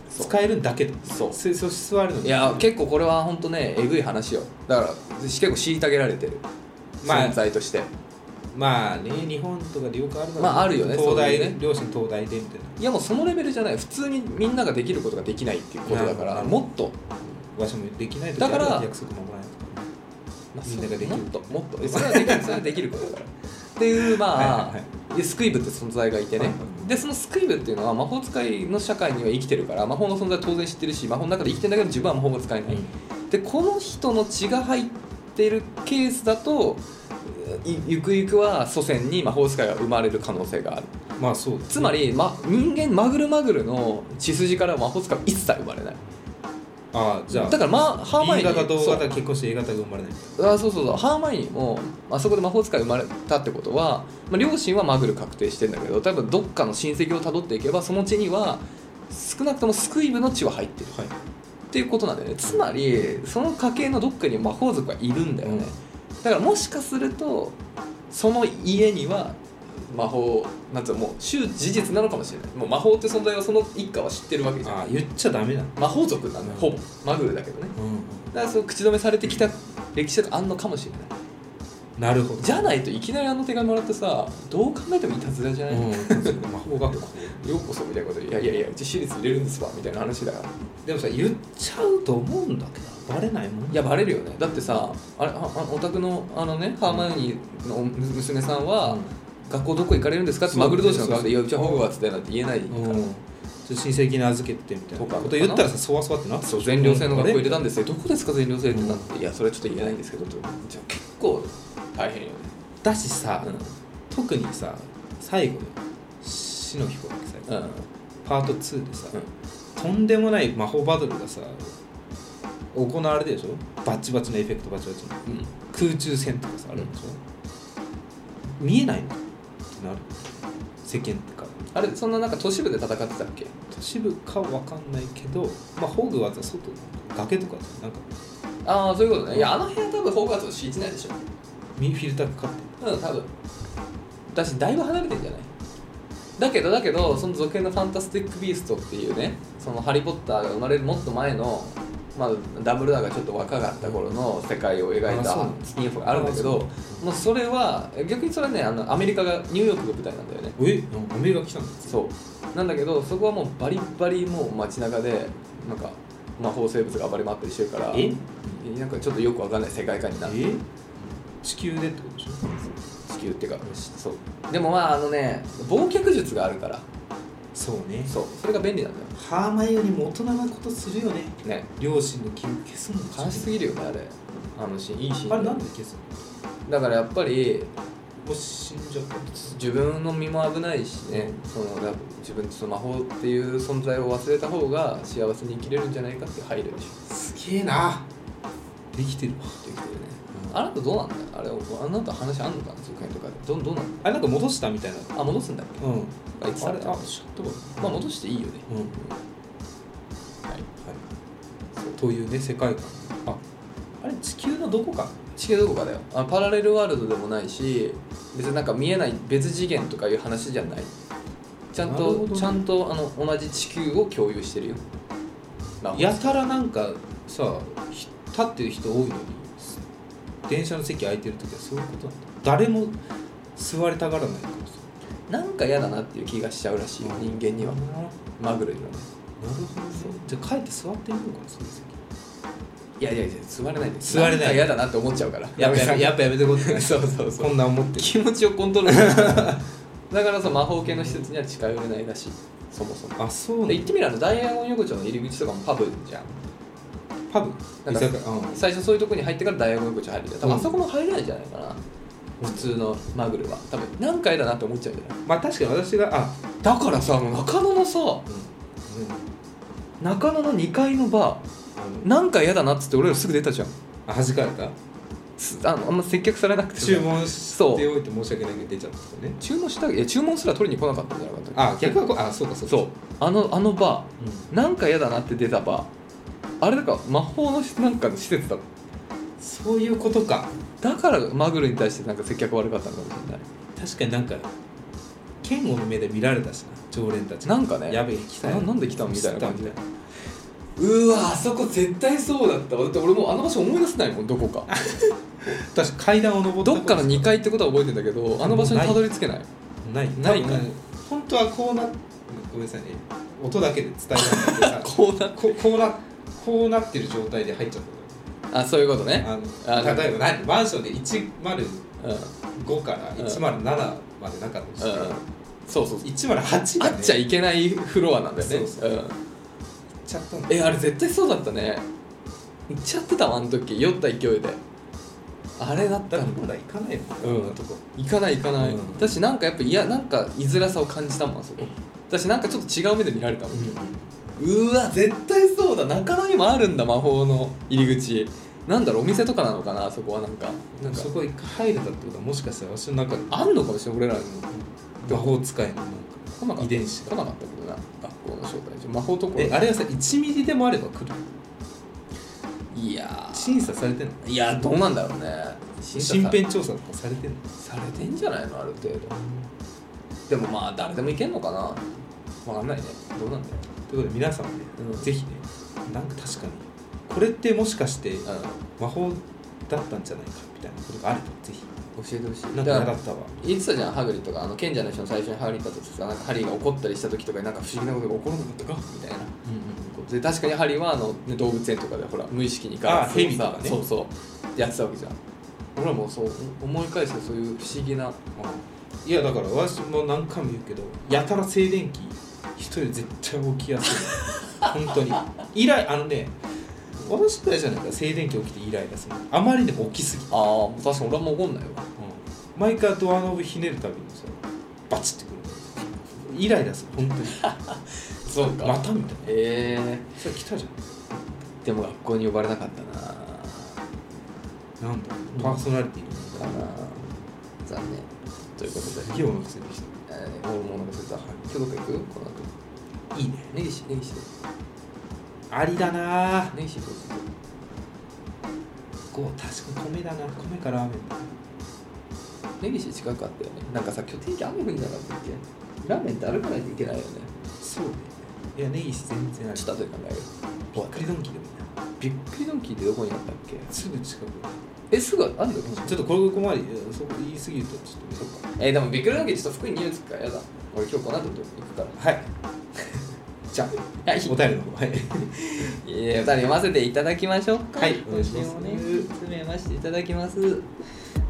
S2: そう
S1: 使えるんだけど
S2: そう
S1: せ素質はあるのに
S2: いや結構これは本当ねえぐい話よだから結構虐げられてる
S1: まあ
S2: 存在として、
S1: まあね日本とかでよくあるの
S2: まああるよね
S1: 東大
S2: そういうね
S1: 両親東大でみたいない
S2: やもうそのレベルじゃない普通にみんなができることができないっていうことだか
S1: な
S2: ら
S1: るほど
S2: もっと、
S1: わしもできないと
S2: だから
S1: 約束守らないとかね
S2: まあ
S1: みんなができる
S2: もっともっとえそれはできるそれはできることだからっていうまあ、
S1: はいはいはい
S2: でスクイブって存在がいて
S1: は
S2: ね、
S1: いはい
S2: でそのスクイブっていうのは魔法使いの社会には生きてるから魔法の存在は当然知ってるし魔法の中で生きてんだけど自分は魔法が使えない、でこの人の血が入ってるケースだといゆくゆくは祖先に魔法使いが生まれる可能性がある
S1: まあそうだね
S2: つまり、ま、人間マグルマグルの血筋から魔法使いは一切生まれない
S1: ああじゃあ
S2: だから、まあ、ハーマイ
S1: B
S2: オニ
S1: 型と O
S2: ー
S1: 型結婚して A 型が生まれない
S2: そうあそうそうそうハーマイオニーもあそこで魔法使い生まれたってことは、まあ、両親はマグル確定してんだけど多分どっかの親戚をたどっていけばその血には少なくともスクイブの血は入ってる
S1: はい
S2: っていうことなんだよねつまりその家系のどっかに魔法族はいるんだよね、だからもしかするとその家には魔法なんつうのもう周事実なのかもしれないもう魔法って存在はその一家は知ってるわけじゃん
S1: ああ言っちゃダメだ
S2: 魔法族なんだよほぼマグルだけどね
S1: うん
S2: だからそう口止めされてきた歴史とかあんのかもしれない
S1: なるほど
S2: じゃないといきなりあの手紙もらってさどう考えてもいたずらじゃない、
S1: う
S2: よ
S1: ん魔法学校
S2: うこそみたいなこといやいやいやうち私立入れるんですわみたいな話だからい
S1: でもさ言っちゃうと思うんだけどバレないもん
S2: やバレるよねだってさあれああお宅のあのねハーマイオニーの娘さんは、
S1: うん
S2: 学校どこ行かれるんですかって
S1: そう
S2: マグル同士の
S1: そうそう
S2: 顔で「いやうちはホグワーツだよ」なんて言えないから、
S1: うんちょっと親戚に預けてみたいな
S2: とか
S1: こと言ったらさそわそわってなって
S2: そう全寮制の学校入れ
S1: た
S2: たんですよどこですか全寮制ってなって、いやそれはちょっと言えないんですけどとじゃあ結構大変よね、
S1: だしさ
S2: う
S1: 特にさ最後の死の飛行機さ
S2: んうん、
S1: パート2でさ、
S2: うん
S1: とんでもない魔法バトルがさ行われてるでしょバッチバチのエフェクトバチバチの
S2: うん
S1: 空中戦とかさあるでしょ、見えないのってなる世間ってか
S2: あれそんななんか都市部で戦ってたっけ
S1: 都市部かわかんないけどまあホグワーツは外崖とかさなんか
S2: ああそういうことねいやあの辺は多分ホークワーツの敷地内でしょ
S1: ミフィルターかかってる
S2: うん多分だしだいぶ離れてんじゃないだけどだけどその続編の「ファンタスティック・ビースト」っていうねその「ハリー・ポッター」が生まれるもっと前の、まあ、ダブルダーがちょっと若かった頃の世界を描い
S1: あそうな
S2: た
S1: んだ
S2: スピンオフがあるんだけどもうそれは逆にそれはねあのアメリカがニューヨークが舞台なんだよね
S1: えなんかアメリカ来たんだ
S2: そうなんだけどそこはもうバリバリもう街中でなんか魔法生物が暴れ回ったりしてるから
S1: え
S2: なんかちょっとよくわかんない世界観になって
S1: え地球でってことでしょ
S2: 地球っていうかそうでもまああのね忘却術があるから
S1: そうね
S2: そうそれが便利なんだよ
S1: ハーマイオニーも大人なことするよね
S2: ね
S1: 両親の記憶消すのか
S2: 悲しすぎるよねあれあのシーンいいシーン
S1: あれなんで消すの
S2: だからやっぱり
S1: もう死んじゃったんです
S2: 自分の身も危ないしねそのだ自分その魔法っていう存在を忘れた方が幸せに生きれるんじゃないかっていう配慮でしょ
S1: すげえなできてるわ
S2: できてるね
S1: うん
S2: あなたどうなんだよあれあなた話あんのかな続編とかでどどうなんだ
S1: あれなんか戻したみたいなう
S2: あ戻すんだっ
S1: ん
S2: けあいつ
S1: あ
S2: だ
S1: れ
S2: っけ
S1: あ知ったか
S2: まあ戻していいよね
S1: うんはい
S2: はい
S1: そうというね世界観ああれ地球のどこか
S2: 地球どこかだよあパラレルワールドでもないし別になんか見えない別次元とかいう話じゃないちゃん
S1: なる
S2: と、
S1: ほどね
S2: ちゃんとあの同じ地球を共有してるよなんか
S1: やたらなんかさひ立ってる人多いのに電車の席空いてる時はそういうことなんだ誰も座りたがらないからさ
S2: なんか嫌だなっていう気がしちゃうらしいよ人間には
S1: なるほ
S2: まぐれにはね
S1: どね
S2: そう
S1: じゃあ帰って座ってみようかなその席
S2: いやいやいや座れないです
S1: 座れない
S2: んか嫌だなって思っちゃうから
S1: やっぱやめやっぱやめてこうってね
S2: そうそ うそう
S1: こんな思ってる
S2: 気持ちをコントロールする だからそう魔法系の施設には近寄れないらしいそもそも
S1: あそう
S2: で
S1: ね
S2: 言ってみればあのダイヤモンド横丁の入り口とかもパブじゃん
S1: パブ
S2: な
S1: 居
S2: んか
S1: 酒屋うん
S2: 最初そういうとこに入ってからダイヤモンド横丁入るじゃん多
S1: う
S2: 分あ
S1: ん
S2: そこも入れないんじゃないかな、普通のマグルは多分何回だなって思っちゃうんじゃない
S1: まあ確かに私があ
S2: だからさもう中野のさ
S1: うん、うん、
S2: 中野の2階のバ
S1: あ
S2: ーなんか嫌だなっつって俺らすぐ出たじゃん
S1: のあ弾かれた
S2: すあのあんま接客されなくてさ
S1: 注文しておいて申し訳ないけど出ちゃったとかね
S2: 注文したいや注文すら取りに来なかったんじゃなかったっけ
S1: あ逆はこうあそうかそうか
S2: そうあのあのバ
S1: うん
S2: ーなんか嫌だなって出たバーあれだから魔法のしなんかの施設だろ
S1: そういうことか
S2: だからマグルに対してなんか接客悪かったのかもしれない
S1: 確かになんか剣を目で見られたしな常連たち
S2: なんかね
S1: やべえ来たよ
S2: ななんで来たのみたいな感じ
S1: 知
S2: で
S1: ったみ
S2: うわあそこ絶対そうだっただって俺もうあの場所思い出せないもんどこか
S1: たいな確か階段を登った
S2: どっかの2階ってことは覚えてんだけどあの場所にたどり着けない
S1: ない
S2: ない
S1: 多分ね本当はこうなごめんなさいね音だけで伝えたんだけどさ
S2: こうな
S1: ここうなこうなってる状態で入っちゃったのよ
S2: あそういうことね
S1: あ
S2: あ
S1: の例えば何マンションで105
S2: うんうん
S1: から107までなかったとして、
S2: そうそうそう
S1: 108が、
S2: あ
S1: ね、
S2: っちゃいけないフロアなんだよね
S1: そうそうん行っちゃったんだ
S2: えあれ絶対そうだったね行っちゃってたわあの時酔った勢いであれだった
S1: だから
S2: んだ
S1: まだ行かないもんね、
S2: うん
S1: あなとこ
S2: 行かない行かない、
S1: うん
S2: だしなんかやっぱいやなんか居づらさを感じたもんあそこだしなんかちょっと違う目で見られたもん、うわ絶対そうだ中野にもあるんだ魔法の入り口なんだろうお店とかなのかなあそこはなんか
S1: な
S2: なんん
S1: か
S2: か
S1: そこ一回入れたってことはもしかしたら私の中で
S2: あんのかもしれない俺らにも
S1: 魔法使いのなんか
S2: 来なかった
S1: 遺伝子
S2: 来なかったけどな学校の招待状魔法ところ
S1: えあれはさ1ミリでもあれば来る
S2: いやー
S1: 審査されてんの
S2: いやどうなんだろうね審査
S1: 身
S2: さ
S1: 辺調査とかされてんの
S2: されてんじゃないのある程度でもまあ誰でもいけんのかなわかんないねどうなんだよ
S1: ということで皆さんもね、
S2: うん
S1: ぜひねなんか確かにこれってもしかして
S2: う
S1: 魔法だったんじゃないかみたいなことがあればぜひ
S2: ん教えてほしい
S1: なんか
S2: だ
S1: 嫌
S2: か
S1: だ
S2: ら
S1: ったわ
S2: 言ってたじゃんハグリとかあの賢者の人の最初にハリーだった時さなんかハリーが怒ったりした時とかになんか不思議なことが起こらなかったかみたいなことで確かにハリーはあの、ね、動物園とかでほら無意識にガラスを
S1: あヘビとかね
S2: そうそうやってたわけじゃん俺らもそう思い返してそういう不思議な、
S1: いやだから私も何回も言うけどやたら静電気一人絶対起きやす い本当に以来あのね私くらいじゃないから静電気起きてイライラするあまりにも起きすぎて、
S2: ああ確かに俺はもう怒んないよ
S1: 毎回ドアノブひねるたびにさバチってくるイライラする本当に
S2: そう
S1: またみたいな
S2: ええ
S1: それ来たじ
S2: でも学校に呼ばれなかったな
S1: ゃんなんだろうパーソナリティの
S2: かな残念ということで、
S1: 企業のくせにし
S2: えー、俺もお腹空いた今日どっか行くこの後
S1: たいいね
S2: 根岸根岸
S1: ありだな
S2: 根岸どうする
S1: こう確かに米だな米かラーメンだ
S2: 根岸近くあったよねなんかさ今日天気雨降んじゃなかったっけラーメンって歩かないといけないよね
S1: そうねいやネギ全然あり
S2: ちょっと後で考える
S1: びっくりドンキーでもいいな
S2: びっくりドンキーってどこにあったっけ
S1: すぐ近く
S2: えすぐあるんだよ
S1: ちょっとこれここまでそこ言い過ぎるとちょっとね
S2: えー、でもびっくりドンキーちょっと福井に匂いつくからやだ俺今日この後行くから
S1: はいじゃあ
S2: はい
S1: お便りの方はい
S2: えー、お便り読ませていただきましょうか
S1: はいお願
S2: 今
S1: いし
S2: 週
S1: ます
S2: もね詰めましていただきます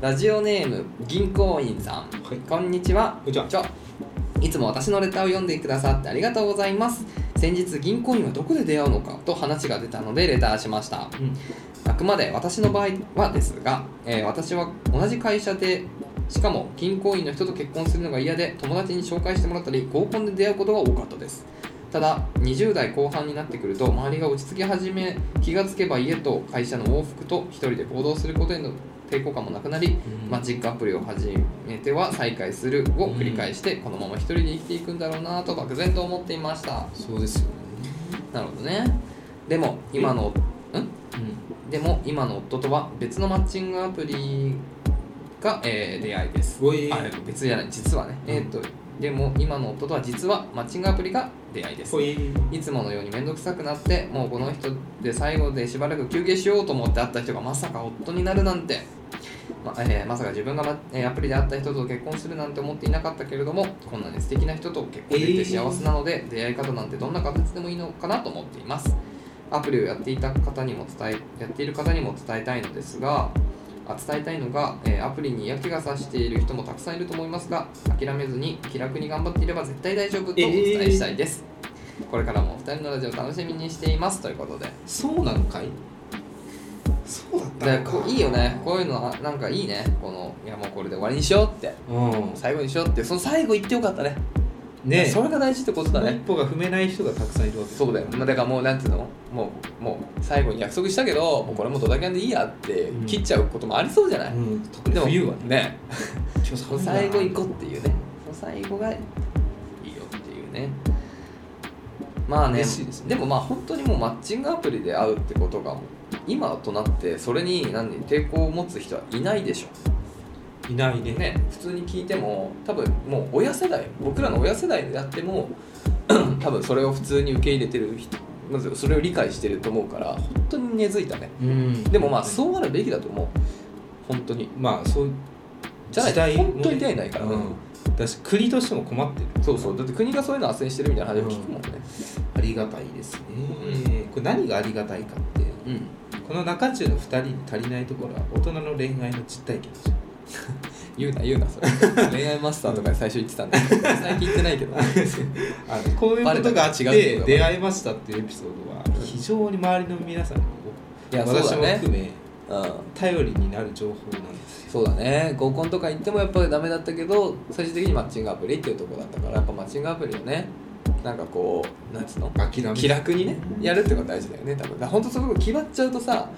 S2: ラジオネーム銀行員さん、
S1: はい
S2: こんにちは
S1: こんにちは
S2: はいつも私のレターを読んでくださってありがとうございます先日銀行員はどこで出会うのかと話が出たのでレターしました
S1: うん
S2: あくまで私の場合はですが、えー私は同じ会社でしかも銀行員の人と結婚するのが嫌で友達に紹介してもらったり合コンで出会うことが多かったですただ20代後半になってくると周りが落ち着き始め気がつけば家と会社の往復と一人で行動することへの抵抗感もなくなりマジックアプリを始めては再開するを繰り返してこのまま一人で生きていくんだろうなと漠然と思っていました
S1: そうですよね
S2: なるほどねでも今のんでも今の夫とは別のマッチングアプリが、えー出会いです
S1: すごい
S2: あえっと別じゃない実はね、
S1: うん
S2: えっとでも今の夫とは実はマッチングアプリが出会いです
S1: ほい
S2: いつものように面倒くさくなってもうこの人で最後でしばらく休憩しようと思って会った人がまさか夫になるなんてまえーまさか自分が、まえーアプリで会った人と結婚するなんて思っていなかったけれどもこんなに素敵な人と結婚できて幸せなので、出会い方なんてどんな形でもいいのかなと思っていますアプリをやっていた方にも伝えやっている方にも伝えたいのですがあ伝えたいのが、えーアプリに嫌気がさしている人もたくさんいると思いますが諦めずに気楽に頑張っていれば絶対大丈夫とお伝えしたいです、これからもお二人のラジオ楽しみにしていますということで
S1: そうなのかいそうだった
S2: だから
S1: の
S2: こ
S1: か
S2: ういいよねこういうのはなんかいいねこのいやもうこれで終わりにしようって
S1: う
S2: 最後にしようってその最後言ってよかったね
S1: んねえ
S2: それが大事ってことだ
S1: その
S2: ね
S1: 一歩が踏めない人がたくさんいるわけ
S2: そうだよ、まあ、だからもうなんていうのもうもう最後に約束したけどもうこれもうドタキャンでいいやって
S1: うん
S2: 切っちゃうこともありそうじゃない、
S1: うん、特に
S2: でも
S1: 冬はね
S2: ね
S1: 今日
S2: その最後行こうっていうねその最後がいいよっていうねまあね
S1: 嬉しいですね
S2: でもまあ本当にもうマッチングアプリで会うってことが今となってそれに何抵抗を持つ人はいないでしょ
S1: いないね
S2: ね、普通に聞いても多分もう親世代僕らの親世代であっても 多分それを普通に受け入れてる人まずそれを理解してると思うから本当に根付いたね
S1: うん
S2: でもまあそうあるべきだと思う本当に
S1: まあそう
S2: じゃない
S1: 時代もね
S2: 本当に出会いないからね
S1: うん、だし国としても困ってる
S2: そうそうだって国がそういうの斡旋してるみたいな話を聞くもんね
S1: ありがたいですね、これ何がありがたいかって
S2: うん
S1: この中中の2人に足りないところは大人の恋愛の実体験ですよ
S2: 言うな言うなそれ恋愛マスターとかに最初言ってたんだけど最近言ってないけど
S1: あのこういうことがあって
S2: バレたら違うってことだ
S1: 出会いましたっていうエピソードは非常に周りの皆さんに
S2: いやそう
S1: 私
S2: だ
S1: も
S2: ね
S1: 含め
S2: うん
S1: 頼りになる情報なんですよ
S2: そうだね合コンとか行ってもやっぱりダメだったけど最終的にマッチングアプリっていうところだったからやっぱマッチングアプリをねなんかこうなんつうの
S1: 諦め
S2: 気楽にねやるってことが大事だよね多分だからほんとそういうこと気張っちゃうとさ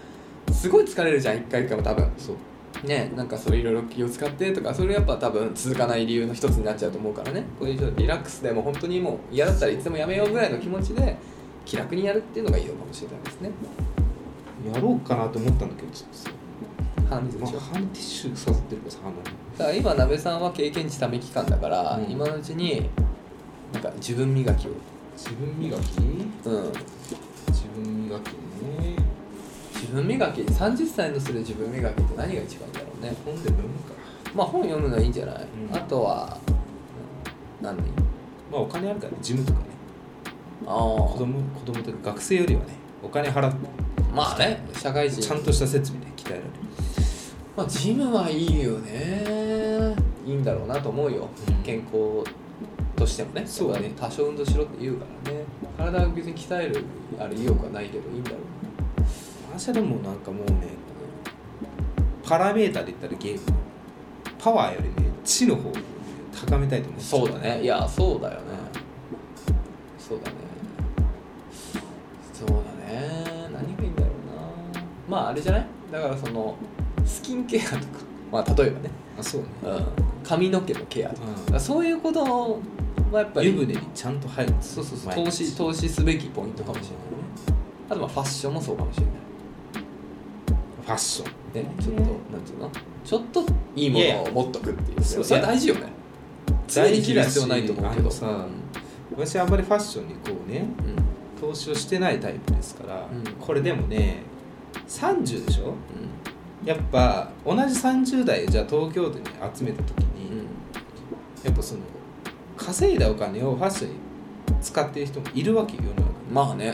S2: すごい疲れるじゃん一回一回も多分
S1: そう
S2: ねなんかそれいろいろ気を使ってとかそれやっぱ多分続かない理由の一つになっちゃうと思うからねこういうちょっとリラックスでも本当にもう嫌だったらいつでもやめようぐらいの気持ちで気楽にやるっていうのがいいのかもしれないですね
S1: やろうかなと思ったんだけどちょっとさ、
S2: 鼻水で
S1: まあ、
S2: しょ
S1: ハンティッシュ刺さってるからさ鼻に
S2: だから今鍋さんは経験値ため期間だから、
S1: うん
S2: 今のうちになんか自分磨きを、
S1: 自分磨き
S2: うん、
S1: 自分磨きね
S2: 自分磨き30歳のする自分磨きって何が一番いいんだろうね
S1: 本で読むか
S2: まあ本読むのはいいんじゃない、
S1: うん
S2: あとはうん何
S1: まあお金あるからジムとかね
S2: あ
S1: 子供子供というか学生よりはねお金払って
S2: あまあね社会人
S1: ちゃんとした設備で鍛えられる、
S2: まあジムはいいよねいいんだろうなと思うよ、
S1: うん
S2: 健康としてもね
S1: そうだね
S2: 多少運動しろって言うからね体は別に鍛えるあれ意欲はないけどいいんだろうな
S1: 私はでもなんかもうねパラメーターで言ったらゲームパワーよりね知の方をね高めたいと思う
S2: そうだねいやそうだよねそうだねそうだね何がいいんだろうなまああれじゃないだからそのスキンケアとかまあ例えばね、
S1: あそうね、
S2: うん、髪の毛のケアとかだからそういうことはやっぱ
S1: 湯
S2: り
S1: 船にちゃんと入る
S2: そうそうそう
S1: 毎
S2: 投
S1: 日
S2: 資投資すべきポイントかもしれないねあとまあファッションもそうかもしれない
S1: ファッション
S2: ね、ちょっと、なんていうのちょっといいものを持っとくっていう。
S1: そう
S2: それ大事よね。常に切る必要ないと思うけ
S1: あの
S2: ど。
S1: さ私あんまりファッションにこうね
S2: うん、
S1: 投資をしてないタイプですから、
S2: うん
S1: これでもね30でしょ
S2: う
S1: やっぱ同じ30代じゃあ東京都に集めた時に、
S2: ん、うん。
S1: やっぱその稼いだお金をファッションに使ってる人もいるわけよ世の中に
S2: まあね、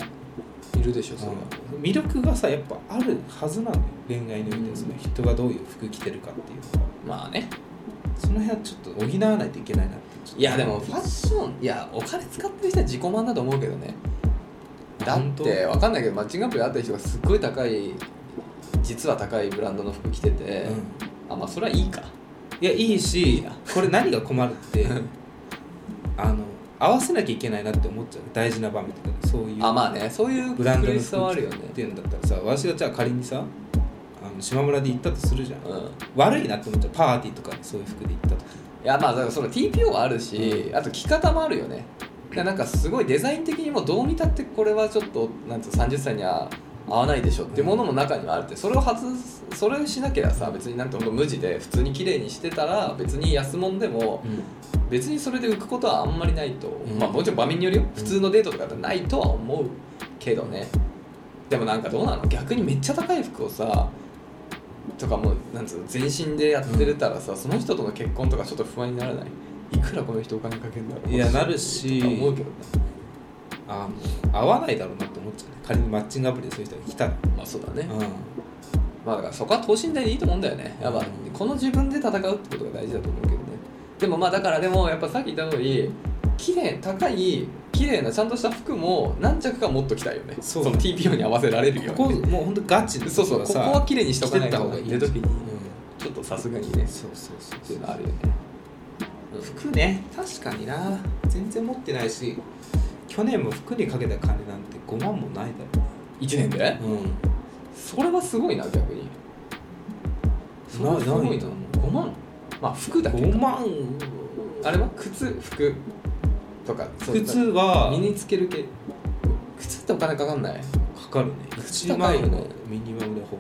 S2: いるでしょ、それは。
S1: 魅力がさやっぱあるはずなんだよ恋愛においてその人がどういう服着てるかっていうのは
S2: まあね。
S1: その辺はちょっと補わないといけないなってちょっと
S2: いや、でもファッション、いや、お金使ってる人は自己満だと思うけどね。だっ
S1: 本当
S2: て、わかんないけど、マッチングアプリで会った人がすっごい高い、実は高いブランドの服着てて、
S1: うん
S2: あ、まあ、それはいいか。
S1: いやいいしこれ何が困るって
S2: うん
S1: あの合わせなきゃいけないなって思っちゃう大事な場面とかでそういう
S2: あ、まあね、そういう
S1: ブランドの
S2: 苦しさはあるよね
S1: 服。っていうんだったらさ私がじゃあ仮にさあの島村で行ったとするじゃん、
S2: うん。
S1: 悪いなって思っちゃうパーティーとかでそういう服で行った時
S2: いやまあだからその TPO はあるし、
S1: う
S2: あと着方もあるよねだからなんかすごいデザイン的にもどう見たってこれはちょっとなんつうの30歳には合わないでしょっていうものも中にはあるってそれを外すそれをしなきゃさ別になんてほんと無地で普通に綺麗にしてたら別に安物でも別にそれで浮くことはあんまりないと、
S1: うん
S2: まあもちろん場面によるよ普通のデートとかだったらないとは思うけどねでもなんかどうなの逆にめっちゃ高い服をさとかもうなんつうの全身でやってるたらさ、その人との結婚とかちょっと不安にならないいくらこの人お金かけるんだろう
S1: い
S2: い
S1: やなるし
S2: 思うけどね
S1: あーもう合わないだろうなって思っちゃうね仮にマッチングアプリでそういう人が来たら、
S2: まあそうだね、
S1: う
S2: まあだからそこは等身大でいいと思うんだよねやっぱこの自分で戦うってことが大事だと思うけどねでもまあだからでもやっぱさっき言った通り綺麗高い綺麗なちゃんとした服も何着か持っときたいよね
S1: そう
S2: の TPO に合わせられるよ
S1: ん、こ
S2: う
S1: こ
S2: に
S1: もうほんとガチで
S2: そうそうここは綺麗にしとかない
S1: 着て
S2: と
S1: った方がいい
S2: 出時に
S1: う
S2: ちょっとさすがにね
S1: ん、
S2: っ
S1: そうそうそう
S2: ていうのあるよねうん
S1: 服ね確かにな全然持ってないし去年も服にかけた金なんて5万もないだろ
S2: 1年で
S1: う、う
S2: それはすごいな逆にそれはすご
S1: ないい
S2: な
S1: と思
S2: 5万まあ服だけ
S1: 5
S2: か
S1: 万
S2: あれは靴服とかそういう
S1: 靴は
S2: 身につける系靴ってお金かかんない
S1: かかるね
S2: 靴
S1: 1
S2: 高
S1: 万
S2: いよ
S1: 円
S2: ね
S1: のミニマムでほ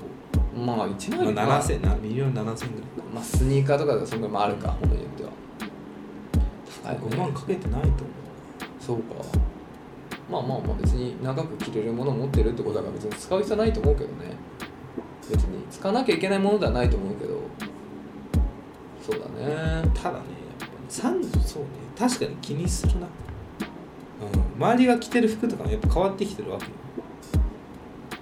S1: ぼ、
S2: まあ1万円
S1: まあ、7000なミニマム7000ぐらい
S2: まあスニーカーとかでそんぐらいもあるかものによっては高いよね
S1: 5万かけてないと思う
S2: そうかまあまあまあ別に長く着れるものを持ってるってことだから別に使う必要はないと思うけどね別に使わなきゃいけないものではないと思うけどそうだね
S1: ただねやっぱ30そうね確かに気にするな、うん、周りが着てる服とかもやっぱ変わってきてるわけよ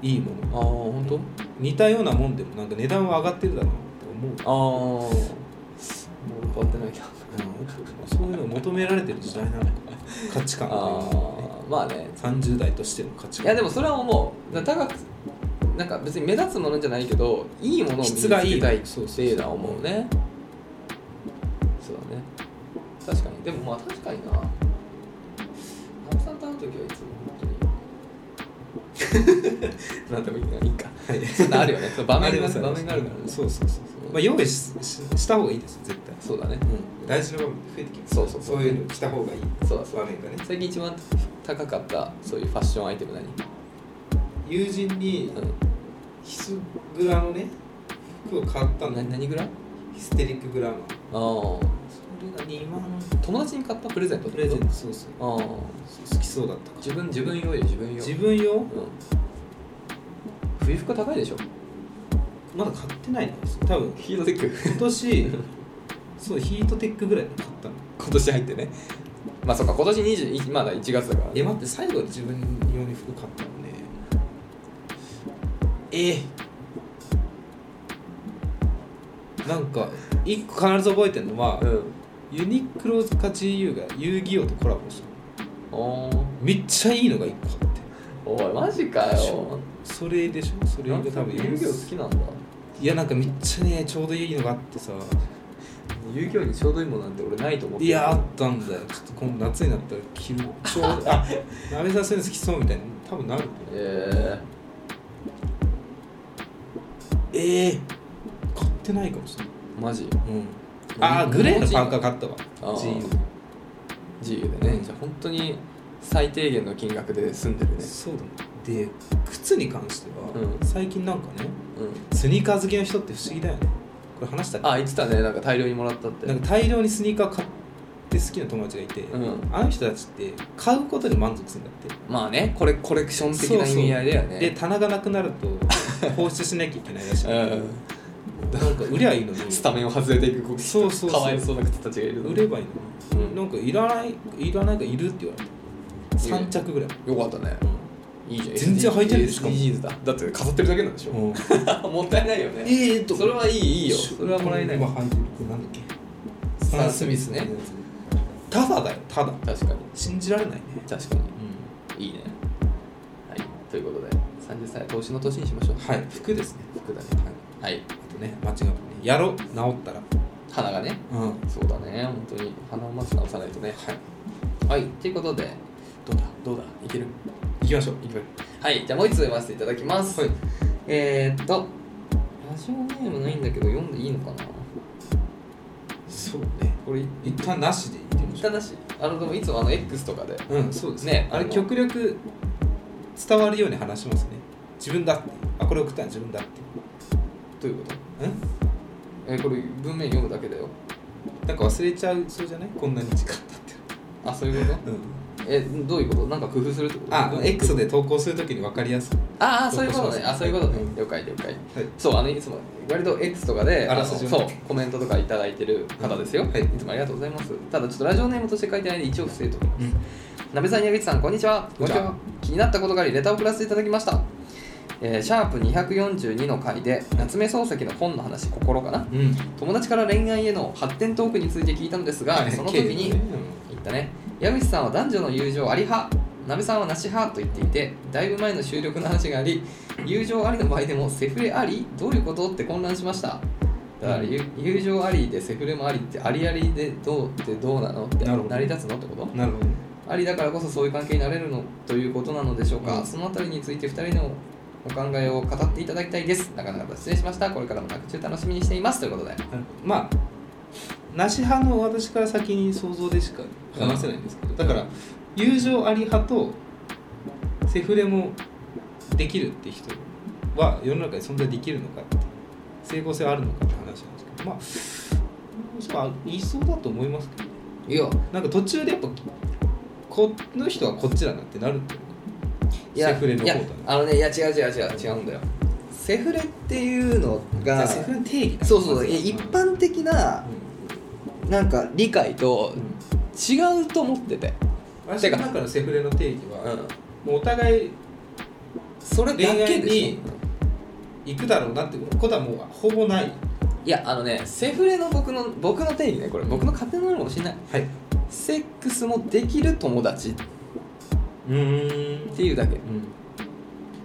S1: いいも
S2: ああ
S1: の
S2: 本当
S1: 似たようなもんでもなんか値段は上がってるだろうなって思う
S2: ああもう変わってないな
S1: うんそういうのを求められてる時代なのか価値観が
S2: あ
S1: ね
S2: あまあね
S1: 30代としての価値
S2: いや
S1: 観
S2: でもそれは思うだから高くなんか別に目立つものじゃないけどいいものを身につ
S1: 質
S2: け
S1: が
S2: たい
S1: いい
S2: っていうのは思うねそうだね確かにでもまあ確かになたくさんと会う時はいつも本当になんでもいいないいかそういうのあるよねその場面が場面があるからね
S1: そうそうそうそう、まあ、用意ししした方がいいですよ絶対、
S2: そうだね
S1: うん、大事な場面増えてきます
S2: そうそうそう
S1: そういうのした方がいい
S2: そうだそう
S1: 場
S2: だ
S1: 面がね
S2: 最近一番高かったそういうファッションアイテム何
S1: 友人にヒスグラのね服を買った
S2: うん
S1: の
S2: な何グラあ
S1: ヒステリックグラマー
S2: あ友
S1: それが2万
S2: 達に買ったプレゼント
S1: プレゼントそうそう
S2: ああ
S1: 好きそうだったか
S2: 自分自分用よ自分用
S1: ら自分用
S2: うん冬服高いでしょ
S1: まだ買ってないの多分
S2: ヒートテック
S1: 今 年そうヒートテックぐらいで買ったの
S2: 今年入ってね まあそっか今年21まだ1月だから
S1: え待って最後自分用に服買ったのねえなんか一個必ず覚えてるのは、
S2: うん
S1: ユニクロか GU が遊戯王とコラボしたの
S2: お
S1: めっちゃいいのが一個あって
S2: おいマジかよ
S1: それでしょそれが
S2: なん
S1: 多
S2: か
S1: 分
S2: 遊戯王好きなんだ
S1: いやなんかめっちゃねちょうどいいのがあってさ
S2: 遊戯王にちょうどいいものなんて俺ないと思って
S1: いやあったんだよちょっと今度夏になったら着るちょうど あなべさんそういうの好きそうみたいに多分なる
S2: え
S1: ええ買ってないかもしれない
S2: ー、マジ
S1: うんああグレーのパーカー買ったわ
S2: あー
S1: GU
S2: GU でね、
S1: うん
S2: じゃあ本当に最低限の金額で済んでるね
S1: そうだねで靴に関しては、
S2: うん
S1: 最近なんかね
S2: うん
S1: スニーカー好きの人って不思議だよねこれ話したっ
S2: あ言ってたねなんか大量にもらったって
S1: けなんか大量にスニーカー買って好きな友達がいて、
S2: うん
S1: あの人たちって買うことに満足するんだって
S2: まあねこれコレクション的な意味合いだよね
S1: で棚がなくなると 放出しなきゃいけないらしい、
S2: う
S1: なんか売りゃいいのに
S2: ん、スタメンを外れていく
S1: そうそうそう
S2: かわいそうな人たちがいる
S1: 売ればいいのに、
S2: うん
S1: なんかいらないいらないがいるって言われて3着ぐらい、
S2: よかったねいいじゃん
S1: 全然履いてる
S2: で
S1: しかも
S2: SDGs だだって飾ってるだけなんでしょ、
S1: うん
S2: もったいないよね
S1: ええと
S2: それはいいいいよそれはもらえない
S1: 今履いてるってなんだっけ
S2: スタンスミスね
S1: ただだよただ
S2: 確かに
S1: 信じられないね
S2: 確か
S1: う
S2: にいいねはいということで30歳は投資の年にしましょうん
S1: はい服ですね
S2: 福田ねはい、はい、
S1: あとね間違うねやろう治ったら
S2: 花がね
S1: うん
S2: そうだね本当に鼻をまず直さないとねはいはいということでどうだどうだいける
S1: 行きましょう
S2: いくはいじゃあもう一つ読ませていただきます、
S1: はい
S2: えー、っとラジオネームないんだけど読んでいいのかな
S1: そうね
S2: これ
S1: 一旦なしでいってみま
S2: い
S1: しょ
S2: ただしあのでもいつもあの X とかで
S1: ううんそうです
S2: ね
S1: あれ
S2: あの
S1: 極力伝わるように話しますね自分だってあこれ送ったの自分だって
S2: どういうこと
S1: うん
S2: えこれ文面読むだけだよ
S1: なんか忘れちゃうそうじゃないこんなに時間経って
S2: あそういうこ
S1: るうん
S2: えどういうことなんか工夫するってこと
S1: あ、エクソで投稿するときに分かりやすく。
S2: ああそういうことねあそういうことね
S1: うん
S2: 了解了解
S1: はい。
S2: そうあのいつも割と X とかで
S1: あら
S2: の
S1: そう
S2: そうコメントとか頂いただいてる方ですよ、
S1: うんはい
S2: い、つもありがとうございますただちょっとラジオネームとして書いてないんで一応伏せと思います鍋さん矢口さんこんにちは
S1: こんにちは
S2: 気になったことがありレターを送らせていただきましたえーシャープ242の回で夏目漱石の本の話心かな
S1: うん。
S2: 友達から恋愛への発展トークについて聞いたのですが、その時に
S1: うん
S2: 言ったね矢口さんは男女の友情あり派なべさんはなし派と言っていてだいぶ前の収録の話があり友情ありの場合でもセフレありどういうことって混乱しましただから、ゆ友情ありでセフレもありってありありでどうってどうなのって
S1: なるほど
S2: 成り立つのってこと
S1: なるほどね。
S2: ありだからこそそういう関係になれるのということなのでしょうか、
S1: うん
S2: そのあたりについて2人のお考えを語っていただきたいですなかなか失礼しましたこれからも学中楽しみにしていますということで
S1: なるほどまあ、なし派の私から先に想像でしか話せないんですけど、だから、友情あり派とセフレもできるって人は世の中に存在できるのかって、整合性はあるのかって話なんですけど、まあ、そうあ言いそうだと思いますけど、
S2: いや
S1: なんか途中でやっぱ、この人はこっちだなってなるって
S2: いや
S1: セフレの方だ
S2: い
S1: ね
S2: やあのねいや違う違う違う違うんだよセフレっていうのが
S1: セフレの定義だ
S2: そうそう
S1: まずは
S2: いや一般的ななんか理解と
S1: うんうん
S2: 違うと思ってて、
S1: 私の中のセフレの定義は、
S2: うん、
S1: もうお互い
S2: それだけでしょ
S1: 行くだろうなってことはもうほぼない
S2: いやあのねセフレの僕の僕の定義ねこれ僕の勝手なのかもしれない
S1: はい
S2: セックスもできる友達っ
S1: うん
S2: ていうだけ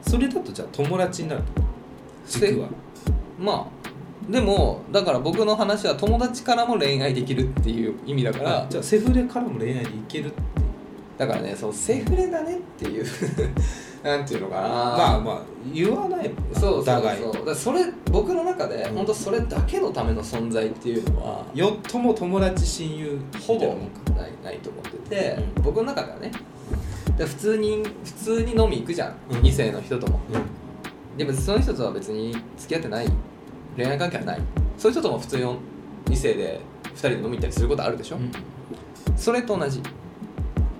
S1: それだとじゃあ友達になる
S2: セ
S1: 軸は
S2: まあでもだから僕の話は友達からも恋愛できるっていう意味だから
S1: じゃあセフレからも恋愛でいける
S2: だからねそのセフレだねっていうなんていうのかな
S1: まあまあ言わないもんな
S2: そうそうそう
S1: お互い
S2: だからそれ僕の中で、
S1: うん
S2: 本当それだけのための存在っていうのは
S1: よっとも友達親友
S2: ほ
S1: み
S2: ぼ
S1: たいなもんか
S2: ないないと思ってて、
S1: うん
S2: 僕の中ではねで普通に普通に飲み行くじゃん、
S1: うん
S2: 異性の人ともでもその人とは別に付き合ってない恋愛関係はないそういう人とも普通の異性で2人で飲み行ったりすることあるでしょ、
S1: うん
S2: それと同じ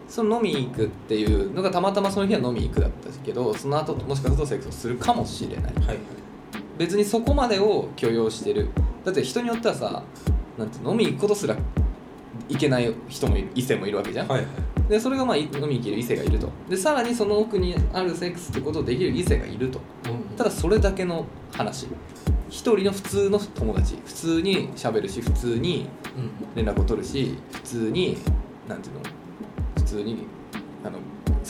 S2: その飲みに行くっていうのがたまたまその日は飲みに行くだったけどその後もしかするとセックスをするかもしれない
S1: はい
S2: 別にそこまでを許容してるだって人によってはさなんて飲みに行くことすらいけない人もいる異性もいるわけじゃん、
S1: はいはい
S2: でそれがまあい飲みに行ける異性がいるとでさらにその奥にあるセックスってことをできる異性がいるとた
S1: だ
S2: だそれだけの話一人の普通の友達普通に喋るし普通に連絡を取るし普通になんていうの普通にあの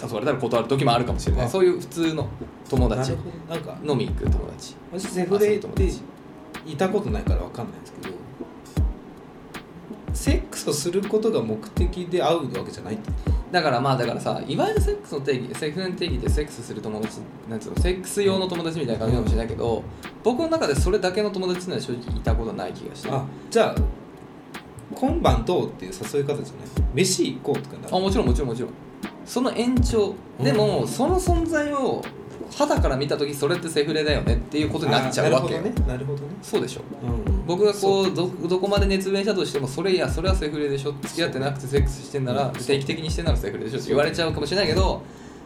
S2: 誘われたら断る時もあるかもしれない
S1: あ
S2: そういう普通の友
S1: な
S2: 達
S1: るほどなんか
S2: 飲み行く友達
S1: 私セフレ
S2: 遊
S1: っ
S2: ぶ友達
S1: ていたことないからわかんないんですけどセックスをすることが目的で会うわけじゃないって
S2: だからまあだからさいわゆるセックスの定義セックスの定義でセックスする友達なんつうのセックス用の友達みたいな感じかもしれないけど、僕の中でそれだけの友達っていうのは正直いたことない気がして
S1: あじゃあ今晩どうっていう誘い方じゃない飯行こうとかな
S2: あもちろんもちろんもちろんその延長でも、その存在を肌から見た時それってセフレだよねっていうことになっちゃうわけよ、
S1: あなるほどねなるほどね、
S2: そうでしょ
S1: うん
S2: 僕が
S1: そ
S2: こうどどこまで熱弁したとしてもそれいやそれはセフレでしょ付き合ってなくてセックスしてんなら
S1: そう
S2: 定期的にしてんならセフレでしょって言われちゃうかもしれないけど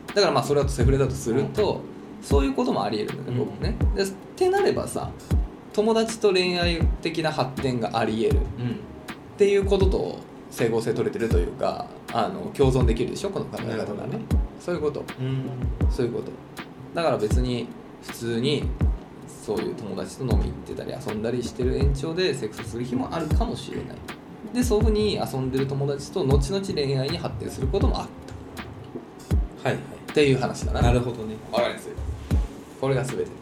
S2: だからまあそれはセフレだとすると、そういうこともありえるんだ
S1: うん
S2: よね僕ね。でってなればさ友達と恋愛的な発展がありえるっ
S1: うん
S2: ていうことと整合性取れてるというかあの共存できるでしょこの考え
S1: なる
S2: 方
S1: ほど
S2: が
S1: ね
S2: ね。そういうこと
S1: うん
S2: そういうことだから別に普通にそういう友達と飲み行ってたり遊んだりしてる延長でセックスする日もあるかもしれないでそういうふうに遊んでる友達と後々恋愛に発展することもあっ
S1: はい
S2: たっていう話だ
S1: は
S2: ない
S1: なるほどね
S2: わかりますこれが全てですね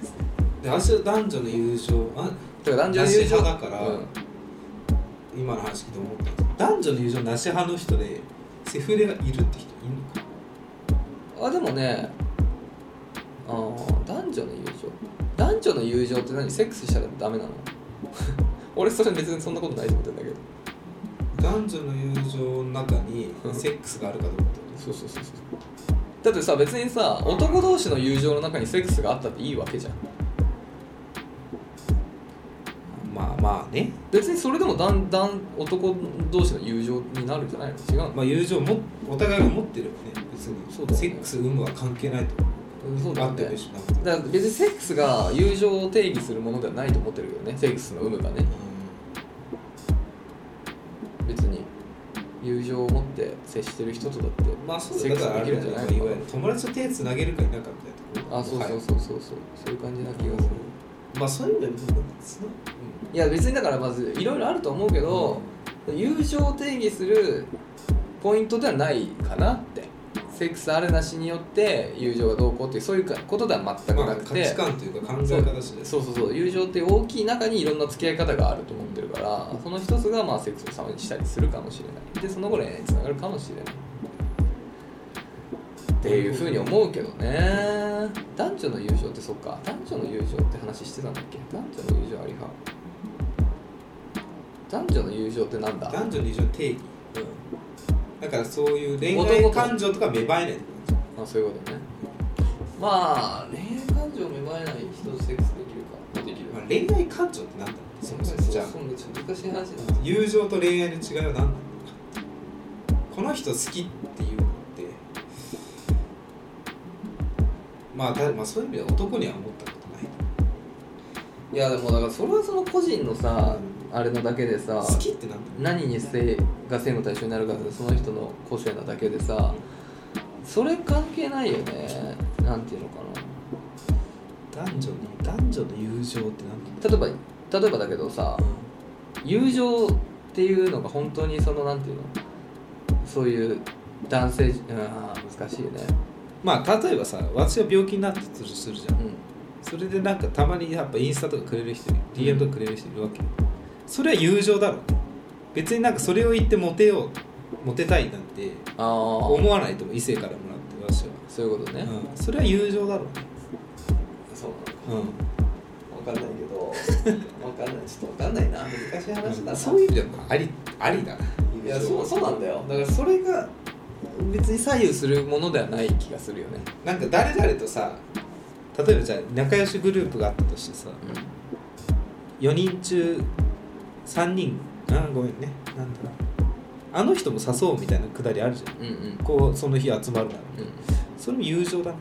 S1: で私は男女の友情あ
S2: だから男女の友情
S1: 男子派だから
S2: うん
S1: 今の話聞いて思ったんですけど男女の友情なし派の人でセフレがいるって人いるのか
S2: あでもねあー男女の友情男女の友情って何セックスしたらダメなの 俺それ別にそんなことないと思ってんだけど
S1: 男女の友情の中にセックスがあるかどうかってこと
S2: そうそうそうそうだってさ別にさ男同士の友情の中にセックスがあったっていいわけじゃん
S1: まあまあね、
S2: 別にそれでもだんだん男同士の友情になるんじゃないの違うの、
S1: まあ、友情もお互いが持ってればね別に
S2: そうだね
S1: セックス有無は関係ないと
S2: そうだ
S1: あ
S2: よ
S1: ってもい
S2: ね
S1: いしなくても
S2: だから別にセックスが友情を定義するものではないと思ってるけどねセックスの有無がね別に友情を持って接してる人とだって
S1: うんまあそう
S2: セ
S1: だ
S2: ッ
S1: だ
S2: ク
S1: か
S2: ス
S1: らあれだ
S2: できるんじゃ
S1: よ
S2: な
S1: ねいわ
S2: いのか
S1: ゆる友達と手つなげるか否かみたいなところ
S2: あそうそうそうそうそうそういう感じな気がする、
S1: はいまあそういうのは別につない
S2: や別にだからまずいろいろあると思うけど、友情を定義するポイントではないかなってセックスあるなしによって友情がどうこうっていうそういうことでは全く
S1: ま
S2: な
S1: あ
S2: く
S1: 価
S2: て、
S1: 値観というか考え方次第
S2: そうそうそう友情って大きい中にいろんな付き合い方があると思ってるからその一つがまあセックスを様にしたりするかもしれないでその後恋愛につながるかもしれないっていうふうに思うけどね男女の友情ってそっか男女の友情って話してたんだっけ男女の友情ありは男女の友情ってなんだ
S1: 男女の友情の定義、だからそういう恋
S2: 男
S1: 愛
S2: と
S1: 感情とか芽生えないってこと
S2: あそういうことねまあ恋愛感情芽生えない人とセックスできるかできる
S1: まあ、恋愛感情って何だろうそもそもじゃあ
S2: そうめっちゃ難しい話だな
S1: 友情と恋愛の違いは何なのかこの人好きっていうのってまあ、だまあそういう意味では男には思ったこと
S2: いやでもだからそれはその個人のさあれのだけでさ
S1: ない好きってなんだろ
S2: 何に性が性の対象になるかってその人の個性なだけでさそれ関係ないよねなんていうのか
S1: う男女の男女の友情って何なんだ
S2: な例えば例えばだけどさ
S1: ろ
S2: 友情っていうのが本当にそのなんていうのそういう男性うん難しいね
S1: うまあ例えばさ私が病気になったとするじゃんそれでなんかたまにやっぱインスタとかくれる人いる DM とかくれる人いるわけよそれは友情だろう別になんかそれを言ってモテようモテたいなんて
S2: ああー
S1: 思わないと思う異性からもらって私は、
S2: そういうことね、
S1: うん、それは友情だろうね
S2: そう
S1: う
S2: わかんないけ どわかんないちょっとわかんないな難しい話だな
S1: そういう意味でもありありだない
S2: いやそうそうなんだよだからそれが別に左右するものではない気がするよね、
S1: なんか誰々とさ例えばじゃあ仲良しグループがあったとしてさ4人中3人あごめんねなんだろうあの人も誘おうみたいなくだりあるじゃん
S2: うん、うんうん
S1: こうその日集まるならそれも友情だな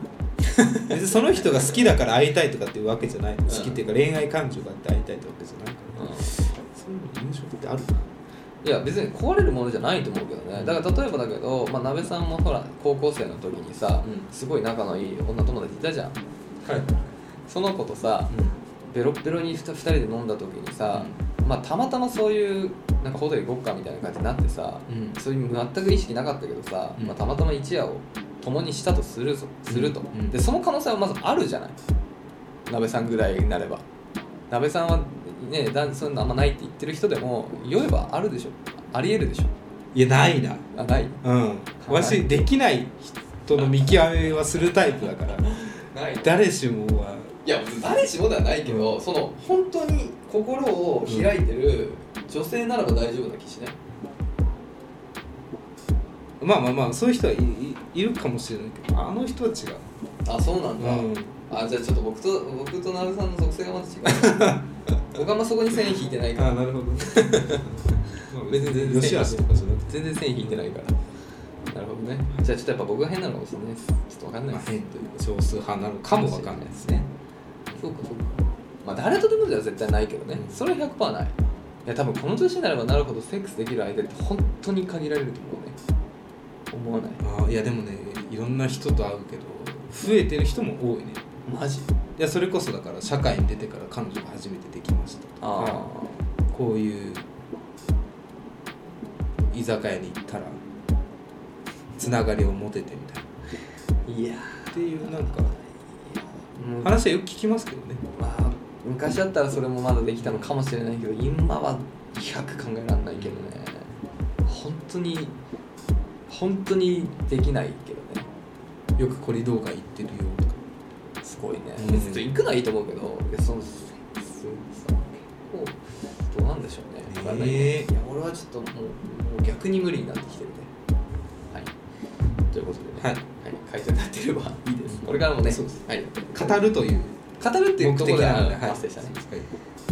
S1: 別にその人が好きだから会いたいとかっていうわけじゃない、好きっていうか恋愛感情があって会いたいってわけじゃないから、そういうの友情ってあるか
S2: いや別に壊れるものじゃないと思うけどねだから例えばだけど、まあ、鍋さんもほら高校生の時にさ、
S1: うん
S2: すごい仲のいい女友達いたじゃん
S1: はい、
S2: その子とさベロッベロに 2, 人で飲んだ時にさ、まあたまたまそういうなんかホテル行こっかみたいな感じになってさ、
S1: うん
S2: そういう全く意識なかったけどさ、
S1: うん
S2: まあ、たまたま一夜を共にしたとするぞすると、
S1: うんうん
S2: でその可能性はまずあるじゃない鍋さんぐらいになれば鍋さんはねだそういうのあんまないって言ってる人でも酔えばあるでしょありえるでしょ
S1: いやないな
S2: あない
S1: うんわしできない人の見極めはするタイプだから
S2: ない
S1: 誰しもはい
S2: や誰しもではないけど、その本当に心を開いてる女性ならば大丈夫な気しない
S1: まあまあまあそういう人はいいいるかもしれないけどあの人は違
S2: あそうなん
S1: う、
S2: だ、あじゃあちょっと僕と僕と鍋さんの属性がまた違 う僕あんまそこに線引いてないから
S1: あなるほ ど
S2: 別に全然
S1: よしあしとかじゃなくて
S2: 全然線引いてないからなるほどねじゃあちょっとやっぱ僕が変なのかもしれないですちょっとわかんない
S1: まあ
S2: です、
S1: 変というか少数派なのかもわかんないですね
S2: そうかそうかまあ誰とでもでは絶対ないけどね
S1: うん
S2: それは100%ないいや多分この年になればなるほどセックスできる相手って本当に限られると思うね思わない
S1: あーいやでもねいろんな人と会うけど増えてる人も多いね
S2: マジ
S1: いやそれこそだから社会に出てから彼女が初めてできましたとか
S2: ああ、
S1: こういう居酒屋に行ったらつながりを持ててみたい
S2: いや
S1: なっていうなんか
S2: もう
S1: 話はよく聞きますけどね
S2: まあ昔だったらそれもまだできたのかもしれないけど今は100考えられないけどね本当に本当にできないけどね
S1: よくコリドー街行ってるよとか
S2: すごいね、
S1: うん
S2: 別に行くのはいいと思うけどいやそのそうさ結構どうなんでしょうね
S1: ね
S2: わかんないねいや俺はちょっともうもう逆に無理になってきてるねはいということで
S1: は
S2: ね
S1: い
S2: 会長になってればいいですこれからもね
S1: そうです
S2: はい、
S1: 語るという
S2: 語るっていう
S1: 目
S2: と
S1: 的
S2: ころで
S1: なので、
S2: 発生したね、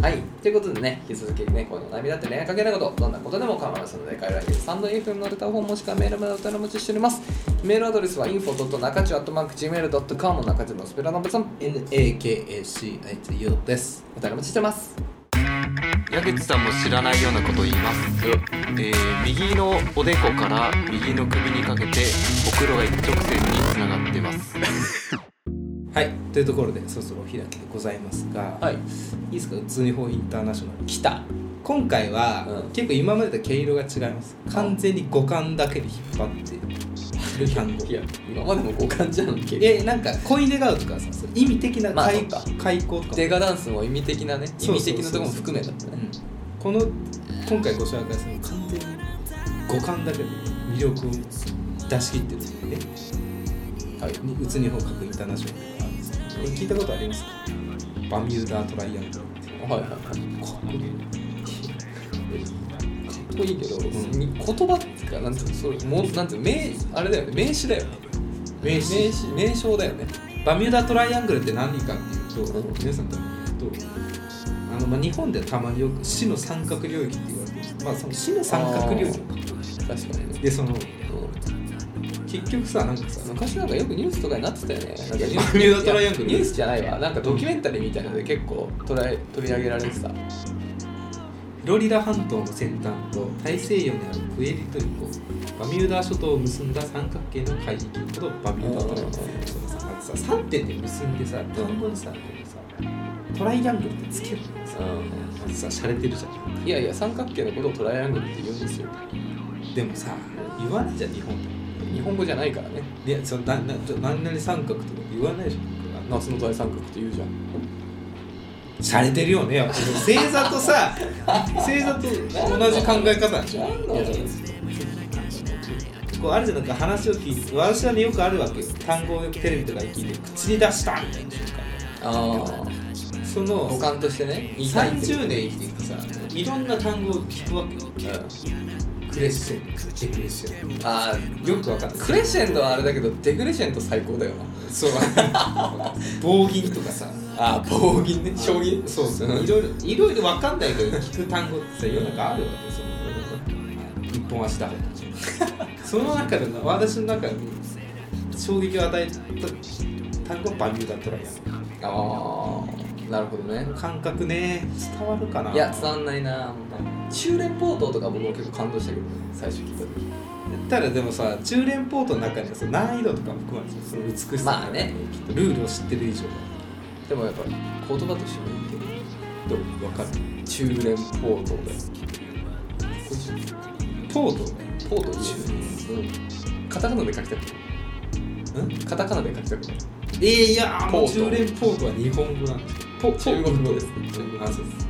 S1: はい
S2: はい、ということでね、引き続きね、この涙って恋愛かけたこと、どんなことでも構いませんので、概要欄にサンド FM のレターフォームもしくはメールまでお便りお待ちしております。メールアドレスは info.nakachu.gmail.com 中中のスペラノブさん、
S1: NAKACITU です
S2: お便りお待ちしてます。
S3: 矢口さんも知らないようなことを言います、えー右のおでこから右の首にかけてほくろが一直線につながってます
S1: はいというところでそろそろお開きでございますが、
S2: はい
S1: いいですか「通日本インターナショナル
S2: 来た。」
S1: 今回は、
S2: うん
S1: 結構今までと毛色が違います完全に五感だけで引っ張ってる単語
S2: いや、今までも五感じゃんけど。
S1: えなんか恋願うとかさそう意味的な
S2: まあ
S1: 開,、
S2: そっか
S1: 開口とか
S2: デガダンスも意味的なね、意
S1: そうそうそう
S2: 味
S1: そう
S2: 的なところも含めだったね。
S1: この今回ご紹介する完全に五感だけで魅力を出し切ってるんでね
S2: はい。
S1: にうつ日本各インターナショナルがあるんですけどこれ聞いたことありますかバミューダートライアングルっていう
S2: はいはいはい。
S1: かっこいい
S2: かっこいいけど、
S1: ん
S2: に言葉っていうか、なんていうの、それ、もう、なんていうの、名、あれだよね、名詞だよね。
S1: 名詞
S2: 名詞、名称だよね。
S1: バミューダートライアングルって何かっていうと、
S2: うん
S1: 皆さん多分言うとあの、まあ、日本ではたまによく死の三角領域って言われてるんですけどまあ、その死の三角領域
S2: 確かにね。
S1: でその
S2: うん
S1: 結局さなんかさ
S2: 昔なんかよくニュースとかになってたよね。なんかニュ
S1: バミューダトライアングル
S2: いやニュースじゃないわ。なんかドキュメンタリーみたいなので結構捉え取り上げられてた。
S1: フロリダ半島の先端と大西洋にあるプエリトリコバミューダ諸島を結んだ三角形の海域ほどバミューダトライアングルそのさなんかさ3点で結んでさ単語にさこうさトライアングルってつけるのさ
S2: う
S1: さ洒落てるじゃ
S2: ん。いやいや、三角形のことをトライアングルって言うんですよ。
S1: んでもさ言わないじゃん日本
S2: 日本語じゃないからね。
S1: でいやそのななちょ何々三角とか言わないじゃん僕は
S2: 夏の大三角って言うじゃん。
S1: 洒落てるよねやっぱ星座とさ星座と同じ考え方なんでしょ
S2: なんだろう
S1: こうあるじゃんなんか話を聞いて私はねよくあるわけよ単語をよくテレビとかで聞いて口に出したみたいな瞬
S2: あ
S1: 間そ
S2: あ。
S1: の
S2: 五感としてね。言いたいっていう
S1: 30年生きてきてさいろんな単語を聞くわけよクレッシェンドデクレッシェン
S2: うんああ。
S1: ドよくわかんない
S2: クレッシェンドはあれだけど、デクレッシェンド最高だよな。
S1: そう棒銀とかさ
S2: ああ、棒銀ね。将棋。
S1: そうそういろいろいろいろわかんないけど聞く単語ってさ世の中あるわけよその一本足だとかその中での私の中に衝撃を与えた単語はバミューダトライアングル
S2: ああ。なるほどね。
S1: 感覚ね伝わるかない
S2: いや、伝わんないな。中連ポートとか僕も結構感動したけど、ね、最初聞いた時。
S1: ただでもさ中連ポートの中にはその難易度とかも含まれてるその美しさとか
S2: まあね
S1: きっとルールを知ってる以上
S2: でもやっぱ言葉としてもいいけ
S1: どうわかる
S2: ど中連ポートだよ
S1: ポートね
S2: ポート中連、うん、カタカナで書きたくないカタカナで書きたくない
S1: えー、いやあの
S2: ポート
S1: 中連ポートは日本語なんですポ
S2: 中国語ですね中国語
S1: あそうです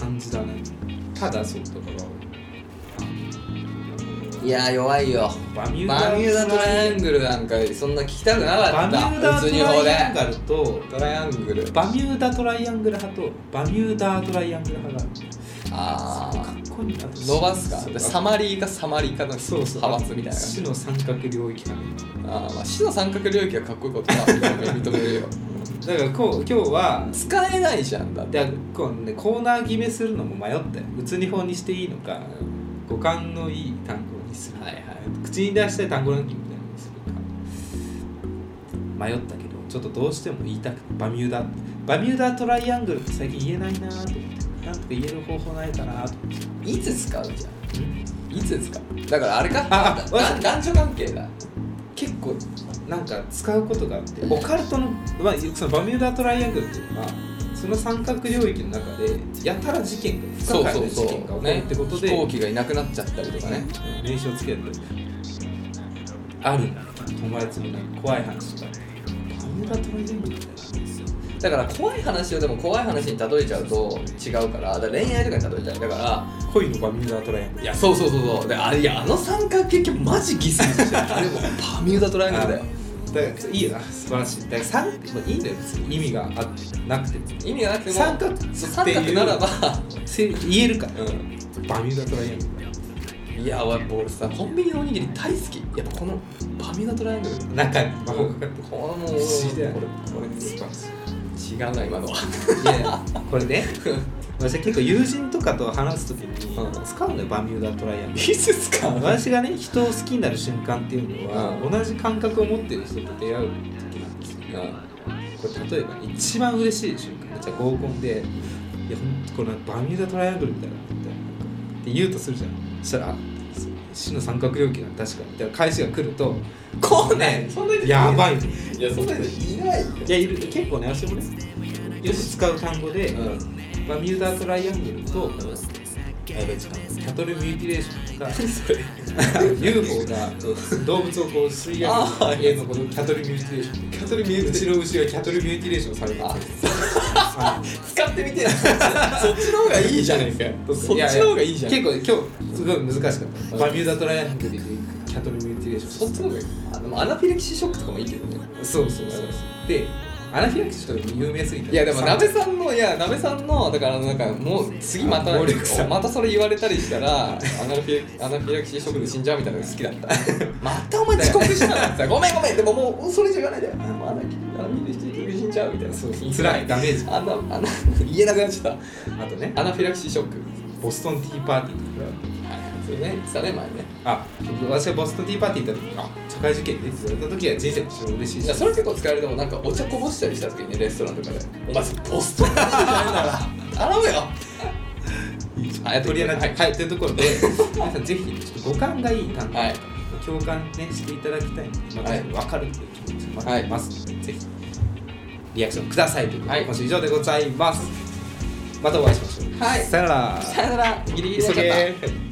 S1: 漢字だねただそうだから
S2: いやー弱いよ
S1: バミューダ
S2: バミューダトライアングルなんかそんな聞きたくなか
S1: バ
S2: っ
S1: ミ
S2: た
S1: ューダ
S2: 普通
S1: ト
S2: に法で
S1: ライアングルと
S2: トライアングル
S1: バミューダトライアングル派とバミューダトライアングル派がある
S2: あ
S1: か
S2: あ
S1: っこいいなと
S2: 伸ばすかでサマリーかサマリーかの
S1: そうそう
S2: 派閥みたいな
S1: 死の三角領域かね
S2: あー、まあ、死の三角領域はかっこいいことだ認めるよ
S1: だからこう今日は
S2: 使えないじゃんだって
S1: だからこう、ね、コーナー決めするのも迷ったようつ日本にしていいのか五感のいい単語にする
S2: はいはい
S1: 口に出したい単語ランキングみたいなのにするか迷ったけどちょっとどうしても言いたくてバミューダバミューダトライアングルって最近言えないなと思ってなんとか言える方法ないかなと思って
S2: いつ使うじゃんいつですかだからあれか
S1: あ
S2: だだ男女関係だ
S1: 結構なんか使うことがあってオカルトの,、まあ、そのバミューダトライアングルっていうのはその三角領域の中でやたら事件が不可解な事件が起こる
S2: ね
S1: ってことで
S2: 飛行機がいなくなっちゃったりとかね
S1: 名称つけてあるんだ友達のなんか怖い話とかバミューダトライアングルみたい
S2: だから怖い話をでも怖い話に例えちゃうと違うからだから恋愛とかに例えちゃうだか
S1: な恋のバミューダトライアング
S2: らいやそうそうそうそうであいやあの三角形結構マジギスギスしてるあれもうパミューダトライアングルだよ
S1: ルだからいいよな素晴らしいだから三まあいいんだよ別に意味があってなくても
S2: 意味がなくても
S1: 三角
S2: そう三角ならば
S1: せ言えるから、
S2: う
S1: バミューダトライアングル
S2: んいや俺俺さコンビニのおにぎり大好きやっぱこのパミューダトライアングル
S1: 中に魔法がかかってる
S2: これもう
S1: 不思議だよ
S2: これこれ
S1: 素晴らしい
S2: 自違うな今のは
S1: いやこれね私は結構友人とかと話す時に使うのよバミューダトライアン
S2: い
S1: グル
S2: つ使う
S1: 私がね人を好きになる瞬間っていうのは、
S2: う
S1: 同じ感覚を持ってる人と出会う時なんですけどこれ例えば、ね、一番嬉しい瞬間めっちゃ合コンで「いや本当このバミューダトライアングルみたいな」みたいなって言うとするじゃんそしたらあ「そう死の三角容器なんだ確かに」みたいな返しが来ると
S2: 来ないそん
S1: 「
S2: なに
S1: やばい」
S2: いやそんなにいないよ
S1: いやいる結構ね私もねよく使う単語で、
S2: うん
S1: バミューダートライアングルと、やべ違うキャトルミューティレーションとか
S2: それ
S1: UFO が動物をこう吸い上
S2: あ
S1: げる映像のこのキャトルミューティレーションキャトルミューティレーションうちの牛がキャトルミューティレーションされた
S2: あ
S1: あ
S2: 使ってみてよそっちの方がいいじゃないですかそっちの方がいいじゃん
S1: 結構今日すごい難しかった、
S2: うん
S1: バミューダートライアングルでキャトルミューティレーション
S2: そっちの方がいいあでもアナフィレキシーショックとかもいいけどね
S1: そうそうそうでアナフィラキシーとか有名すぎて
S2: いやでも鍋さんのいや鍋さんのだからなんかもう次また
S1: 暴力さ
S2: またそれ言われたりしたらアナフィラアナフィラキシーショックで死んじゃうみたいなのが好きだったまたお前遅刻したのさごめんごめんでももうそれじゃ言わないであのアナフィラキシーショックで死んじゃうみたいな
S1: そうそう辛いダメージ
S2: あんなあんな言えなくなっちゃっ
S1: あとね
S2: たアナフィラキシーショック
S1: ボストンティーパーティーとか
S2: はいそれね言ってたね前ね
S1: あ私がボストンティーパーティー行った時にあ社会受験でって言われた時は人生として嬉しい
S2: い
S1: し
S2: やそれ結構使えるでもなんかお茶こぼしたりした時にねレストランとかで「お前それポストじゃない だろ頼むよ!」
S1: あやっとりあえずはい、はい、というところで皆さんぜひちょっと五感がいい単語、
S2: はい
S1: 共感ねしていただきたいので、まあ、
S2: はい
S1: 分かるという気持ちもありますので、ぜひリアクションくださいということで、
S2: はい
S1: 今週以上でございますまたお会いしましょう、
S2: はい
S1: さよなら
S2: さよならギリギリ
S1: 急
S2: だっちゃった
S1: げ